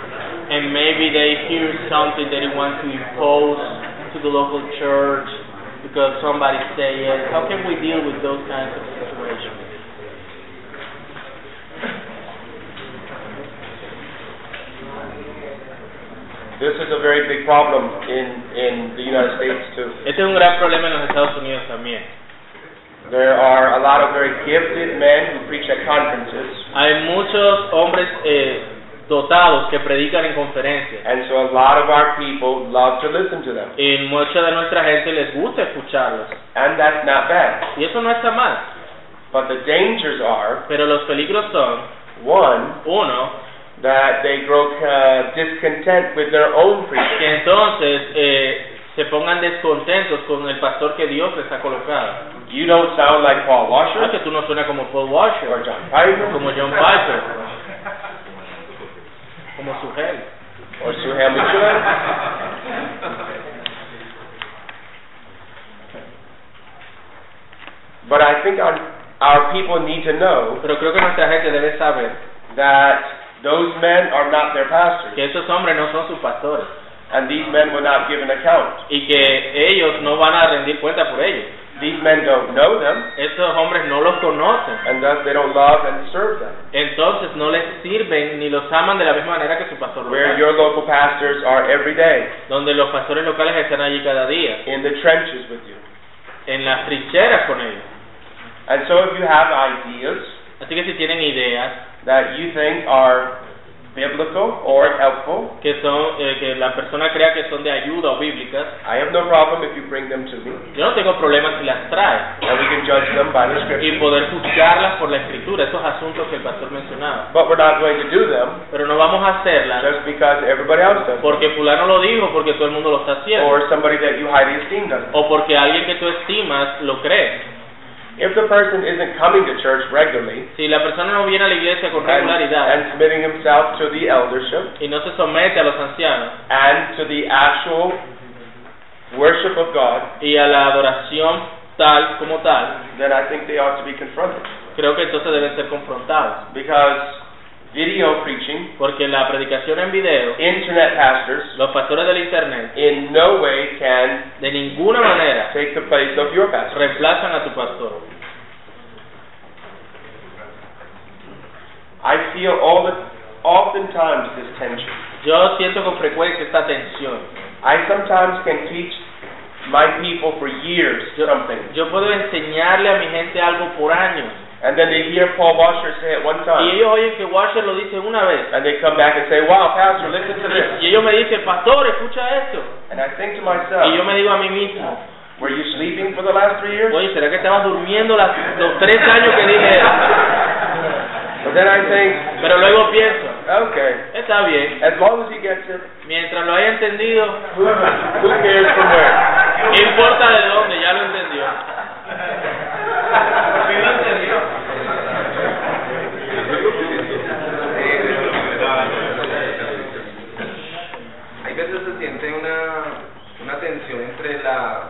and maybe they hear something that they want to impose to the local church because somebody say it. How can we deal with those kinds of situations?
This is a very big problem in, in the United States too.
Este es un gran problema en los Estados Unidos también.
There are a lot of very gifted men who preach at conferences,
Hay muchos hombres eh, dotados que predican en conferencias
and so a lot of our people love to listen to them,
y mucha de nuestra gente les gusta escucharlos
and that's not bad.
y eso no está mal,
But the dangers are
pero los peligros son
one
uno
that they grow uh, discontent with their own preaching.
que entonces eh, se pongan descontentos con el pastor que Dios les ha colocado.
You don't sound like Paul
Ah,
Washer
que tú no suenas como Paul
or
Washer,
John Piper
como John Piper, como Sugel.
or Suhail Mishra. But I think our, our people need to know
Pero creo que nuestra gente debe saber
that those men are not their pastors,
que esos hombres no son sus pastores
and these men will not give an account.
y que ellos no van a rendir cuenta por ellos.
These men don't know them,
Estos hombres no los conocen,
and thus they don't love and serve them.
entonces no les sirven ni los aman de la misma manera que su pastor
Where
local,
your local pastors are every day
donde los pastores locales están allí cada día,
in the trenches with you.
en las trincheras con ellos.
And so if you have ideas
Así que si tienen ideas
that you think are biblical or helpful,
que son eh, que la persona crea que son de ayuda o bíblicas,
I have no problem if you bring them to me,
yo no tengo problema si las trae
and we can judge them by the
y
scripture.
poder juzgarlas por la escritura, esos asuntos que el pastor mencionaba.
But we're not going to do them
Pero no vamos a hacerlas
just because everybody else does,
porque fulano lo dijo, porque todo el mundo lo está haciendo,
or somebody that you highly esteem does.
o porque alguien que tú estimas lo cree.
If the person isn't coming to church regularly
Si la persona no viene a la iglesia con
and,
regularidad,
and submitting himself to the eldership
y no se somete a los ancianos
and to the actual worship of God,
y a la adoración tal como tal,
then I think they ought to be confronted.
creo que entonces deben ser confrontados.
Because video preaching,
Porque la predicación en video,
internet pastors,
los pastores del Internet,
in no way can
de ninguna manera
take the place of your pastor.
reemplazan a tu pastor.
I feel all the, oftentimes this tension.
Yo siento con frecuencia esta tensión.
I sometimes can teach my people for years something,
Yo puedo enseñarle a mi gente algo por años
and then they hear Paul Washer say it one
y
time,
ellos oyen que Washer lo dice una vez
and they come back and say, "Wow, Pastor, listen to this."
y ellos me dicen, pastor, escucha esto.
And I think to
Y yo
myself,
me digo a mí mismo,
"Were you sleeping for the last three years?"
oye, ¿será que estabas durmiendo las- los tres años que dije?
But then I think,
Pero luego pienso,
okay,
está bien,
as long as he gets it,
Mientras lo haya entendido,
who, who cares from where?
no importa de dónde, ya lo entendió.
Hay veces se siente una, una tensión entre la,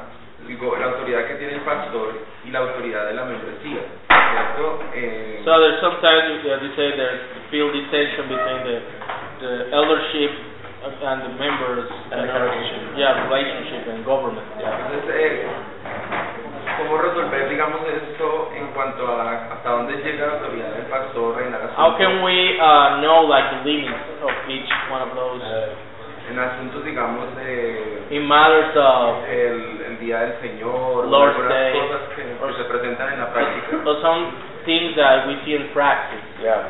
el go- la autoridad que tiene el pastor y la autoridad de la membresía, ¿cierto? Eh,
So there's sometimes you, you say there's feel this tension between the, the eldership and the members and the relationship. Yeah, relationship and government. Yeah.
Entonces, eh, ¿cómo resolver, digamos, esto en cuanto a hasta dónde llega la autoridad del pastor en la
How can we uh, know like the limits of each one of those
en asuntos, digamos, de
in matters of
el, el Día del Señor, o
Lord's
algunas
Day.
cosas que, que se presentan en la práctica.
or some things that we see in practice.
Yeah.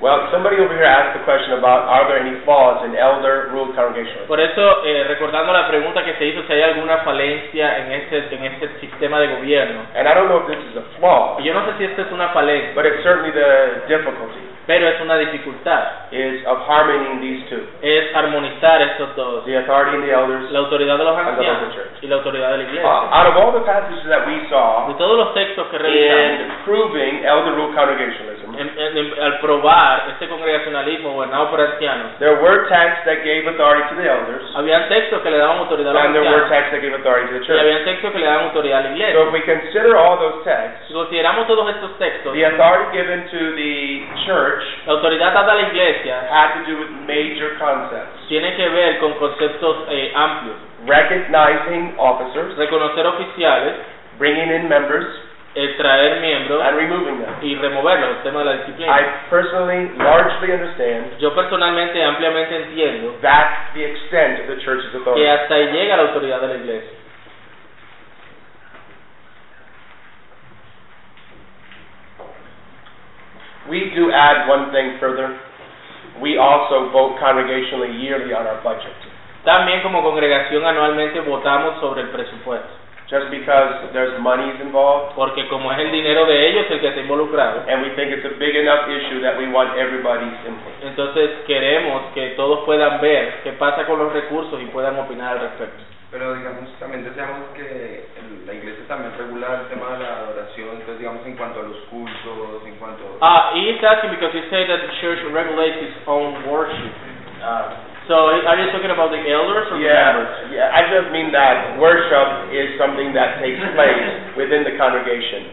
Well, somebody over here asked the question about are there any faults in elder ruled congregations?
Por eso, eh, recordando la pregunta que se hizo si hay alguna falencia en este, en este sistema de gobierno.
And I don't know if this is a flaw,
Y yo no sé si esta es una falencia,
but it's certainly the difficulty
pero es una dificultad.
is of harmonying these two,
Es armonizar estos dos.
the authority and the elders.
La autoridad de los
And the local
ancianos
church. ah.
y la autoridad de la
Uh,
iglesia.
out of all the passages that we saw
De todos los textos que revisamos,
in proving elder ruled congregationalism,
en- en- en- al probar este congregacionalismo gobernado por ancianos,
there were texts that gave authority to the elders,
habían textos que le daban autoridad a los
and there were
ancianos
texts that gave authority to the
y
church.
habían textos que le daban autoridad a la
So if
iglesia.
we consider all those texts,
Si consideramos todos estos textos,
the authority given to the church
la autoridad dada a la iglesia
had to do with major concepts.
tiene que ver con conceptos eh, amplios.
Recognizing officers,
Reconocer oficiales,
bringing in members,
eh, traer miembros
and removing them.
y removerlos, el tema de la disciplina.
I personally largely understand
Yo personalmente ampliamente entiendo
that's the extent of the church's
que
authority.
hasta ahí llega la autoridad de la iglesia.
We do add one thing further. We also vote congregationally yearly on our budget.
También como congregación anualmente votamos sobre el presupuesto,
Just because there's monies involved
porque como es el dinero de ellos el que está involucrado,
and we think it's a big enough issue that we want everybody's input.
entonces queremos que todos puedan ver qué pasa con los recursos y puedan opinar al respecto.
Pero digamos, también deseamos que el- la iglesia también regula el tema de la adoración, entonces digamos en cuanto a los cultos, en cuanto
Ah, he is asking because you say that the church regulates its own worship.
Uh,
so are you talking about the elders or the members?
Yeah, yeah, I just mean that worship is something that takes place within the congregation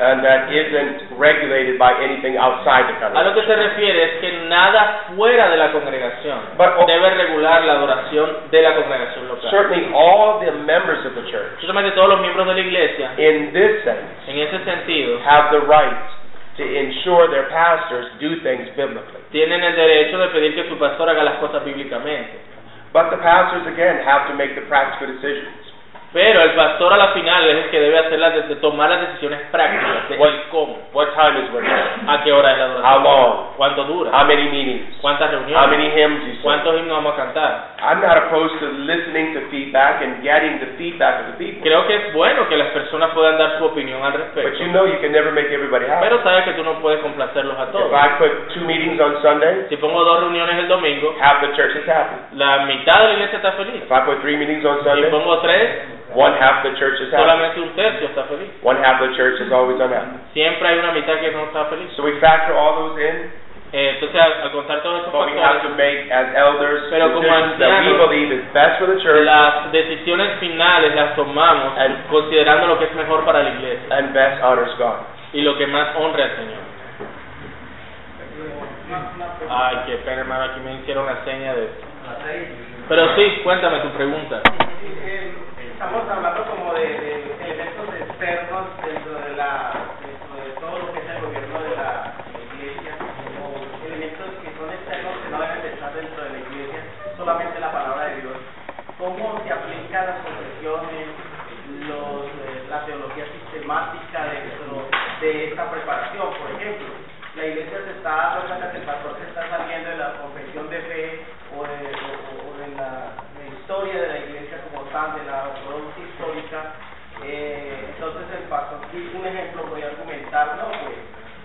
and that isn't regulated by anything outside the
A lo
congregation.
que se refiere es que nada fuera de la congregación
But o-
debe regular la adoración de la congregación local.
certainly all the members of the church
Ciertamente todos los miembros de la iglesia,
in this sense
en ese sentido,
have the right to ensure their pastors do things biblically.
tienen el derecho de pedir que su pastor haga las cosas bíblicamente.
But the pastors again have to make the practical decisions.
Pero el pastor a la final es el que debe hacer las, de tomar las decisiones prácticas de
What-
el cómo,
What time is worship?
a qué hora es la
How
adoración,
long?
cuánto dura,
How many meetings?
cuántas
How many
reuniones,
hymns you sing?
cuántos himnos vamos a cantar.
I'm not opposed to listening to feedback and getting the feedback of the people.
Creo que es bueno que las personas puedan dar su opinión al
But
respecto,
you know you can never make everybody happy.
pero sabes que tú no puedes complacerlos a
If
todos.
I put two meetings on Sunday,
Si pongo dos reuniones el domingo,
half the church is happy.
la mitad de la iglesia está feliz.
If I put three meetings on
Si
Sunday,
pongo tres,
one half the church is happy.
solamente un tercio está feliz.
One half the church is always unhappy.
Siempre hay una mitad que no está feliz.
So we factor all those in,
Eh, entonces, al, al contar todos estos
but we have to
factores,
make as elders
Pero como
decisions that we
ancianos-
believe is best for the church
las decisiones finales las tomamos
And-
considerando lo que es mejor para la iglesia
and best honors God.
y lo que más honra al Señor.
eh,
Ay, qué pena, hermano, aquí me hicieron la seña de... Pero sí, cuéntame tu pregunta.
Estamos hablando como de, de elementos externos dentro de la dentro de todo lo que es el gobierno de la iglesia o elementos que son externos que no deben de estar dentro de la iglesia, solamente la palabra de Dios. ¿Cómo se aplican las confesiones, los, eh, la teología sistemática dentro de esta preparación, por ejemplo? La iglesia se está dando cuenta que el pastor se está saliendo de la confesión de fe o de, o- o- o de la, la historia de la iglesia como tal, de la ortodoxia histórica. Eh, entonces el pastor, sí, un ejemplo, voy a argumentar, no, pues,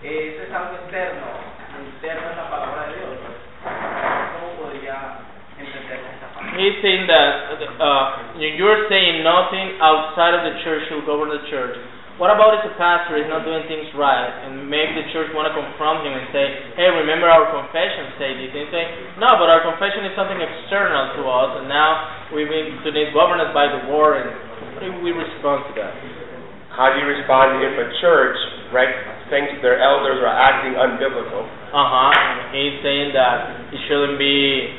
eh, eso es algo externo, lo interno es la palabra de Dios. ¿Cómo podría entenderse esta parte?
He's saying that uh, you're saying nothing outside of the church will govern the church. What about if the pastor is not doing things right and make the church want to confront him and say, hey, remember our confession, say this, and say, no, but our confession is something external to us, and now we've been to be governed by the war, and what do we respond to that?
How do you respond if a church rec- thinks their elders are acting unbiblical?
Uh-huh, he's saying that it shouldn't be,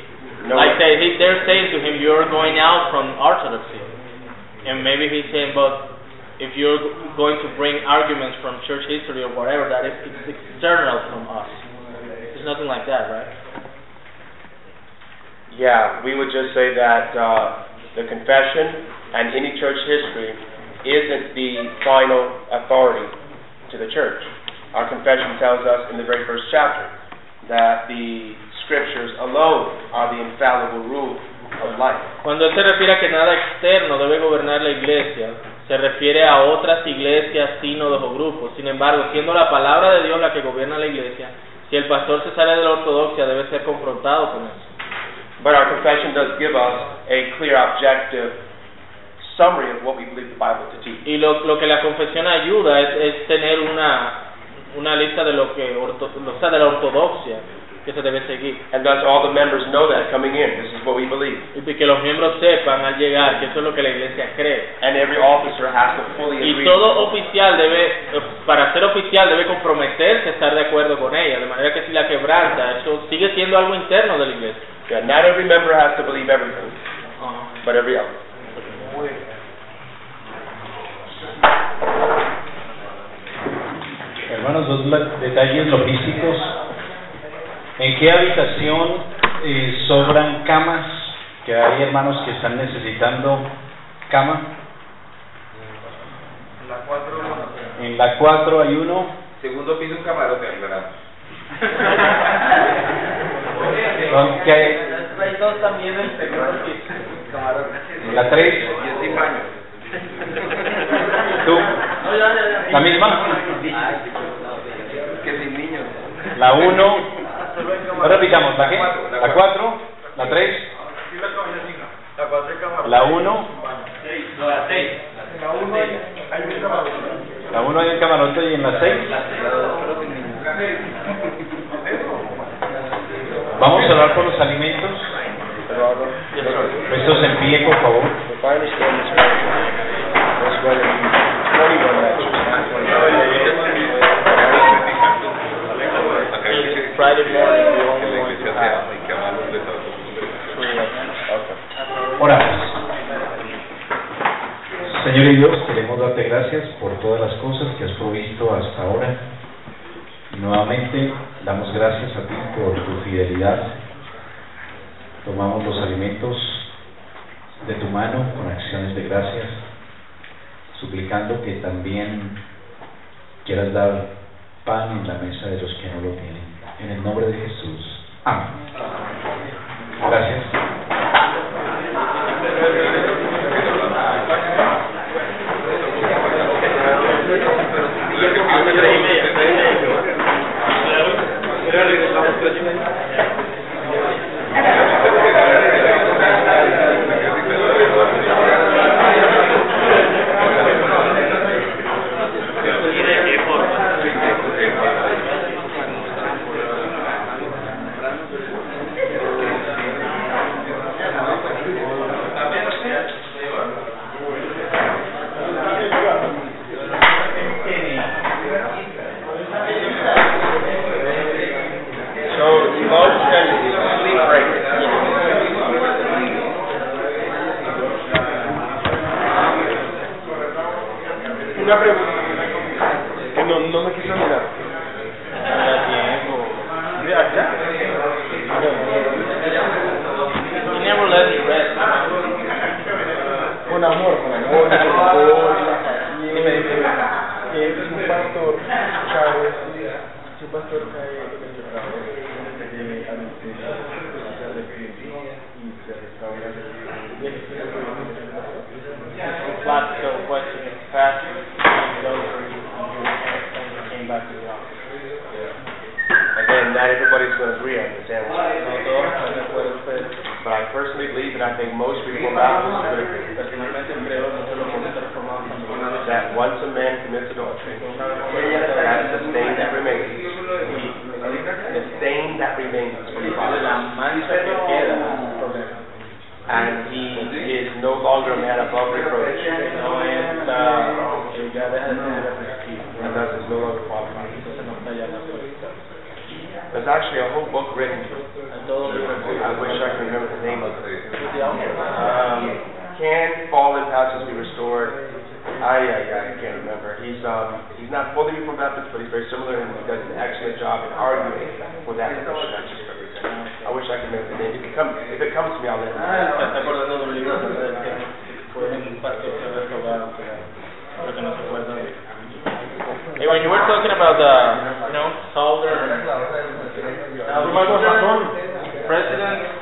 No,
like they, he, they're saying to him, you're going out from orthodoxy. And maybe he's saying, but if you're g- going to bring arguments from church history or whatever, that is it's external from us. It's nothing like that, right?
Yeah, we would just say that uh, the confession and any church history isn't the final authority to the church. Our confession tells us in the very first chapter that the scriptures alone are the infallible rule of life.
Cuando él se refiere a que nada externo debe gobernar la iglesia, se refiere a otras iglesias, sínodos o grupos. Sin embargo, siendo la palabra de Dios la que gobierna la iglesia, si el pastor se sale de la ortodoxia, debe ser confrontado con eso.
But our confession does give us a clear, objective summary of what we believe the Bible to teach.
Y lo, lo que la confesión ayuda es, es tener una, una lista de lo que orto- o sea, de la ortodoxia que se debe seguir.
And thus, all the members know that coming in. This is what we believe.
Y que los miembros sepan al llegar que eso es lo que la iglesia cree.
And every officer has to fully
Y
agree.
todo oficial debe, eh, para ser oficial, debe comprometerse a estar de acuerdo con ella, de manera que si la quebranta, eso sigue siendo algo interno de la iglesia.
Yeah, not every member has to believe everything, but every other.
Hermanos, dos la- detalles logísticos. ¿En qué habitación eh, sobran camas? Que hay hermanos que están necesitando cama.
La cuatro,
En la 4 hay uno.
segundo piso un camarote ahí, ¿verdad?
Son- ¿qué hay?
este
En la 3.
Y es sin baño.
¿Tú? ¿La misma?
Que sin niños.
La 1. Ahora repitamos. ¿La qué? La 4. La 3.
La cuatro de cámara.
La 1.
La uno hay hay un camarote.
La 1 hay un camarote y en la 6. Vamos a hablar por los alimentos. Puestos en pie, por favor.
If I understand this right, that's going to be 21 actually.
Friday morning, we only want to have
Oramos. Señor y Dios, queremos darte gracias por todas las cosas que has provisto hasta ahora. Y nuevamente damos gracias a ti por tu fidelidad. Tomamos los alimentos de tu mano con acciones de gracias, suplicando que también quieras dar pan en la mesa de los que no lo tienen. En el nombre de Jesús. Amén. Gracias.
So, lunch and sleep break. Una pregunta. Que no, no me quiso mirar. Mira, acá.
Con amor, con amor, con amor, y me dice que es un pastor Chávez, es un pastor Chávez, eh, a los que se arrepintió y se restaura. Y él se arrepintió.
Again, not everybody's going to agree on this answer. But I personally believe, and I think most people now, that once a man commits adultery, that the stain that remains, the stain that remains from the and he is no longer a man above reproach. And thus is no longer qualified. There's actually a whole book written. I wish I could remember the name of it. Um, can fallen pastors be restored? I, I, I can't remember. He's um, he's not fully Reformed Baptist, but he's very similar, and he does an excellent job in arguing for that position I just represented. I wish I could remember the name. come, if it comes to me, I'll let you.
Ah, no, está acordando de un libro que fue en Pastor Roberto Guado, pero que no se acuerda de Hey, when you were talking about the, you know, southern,
Por más razón.
president
Ah,
Ah,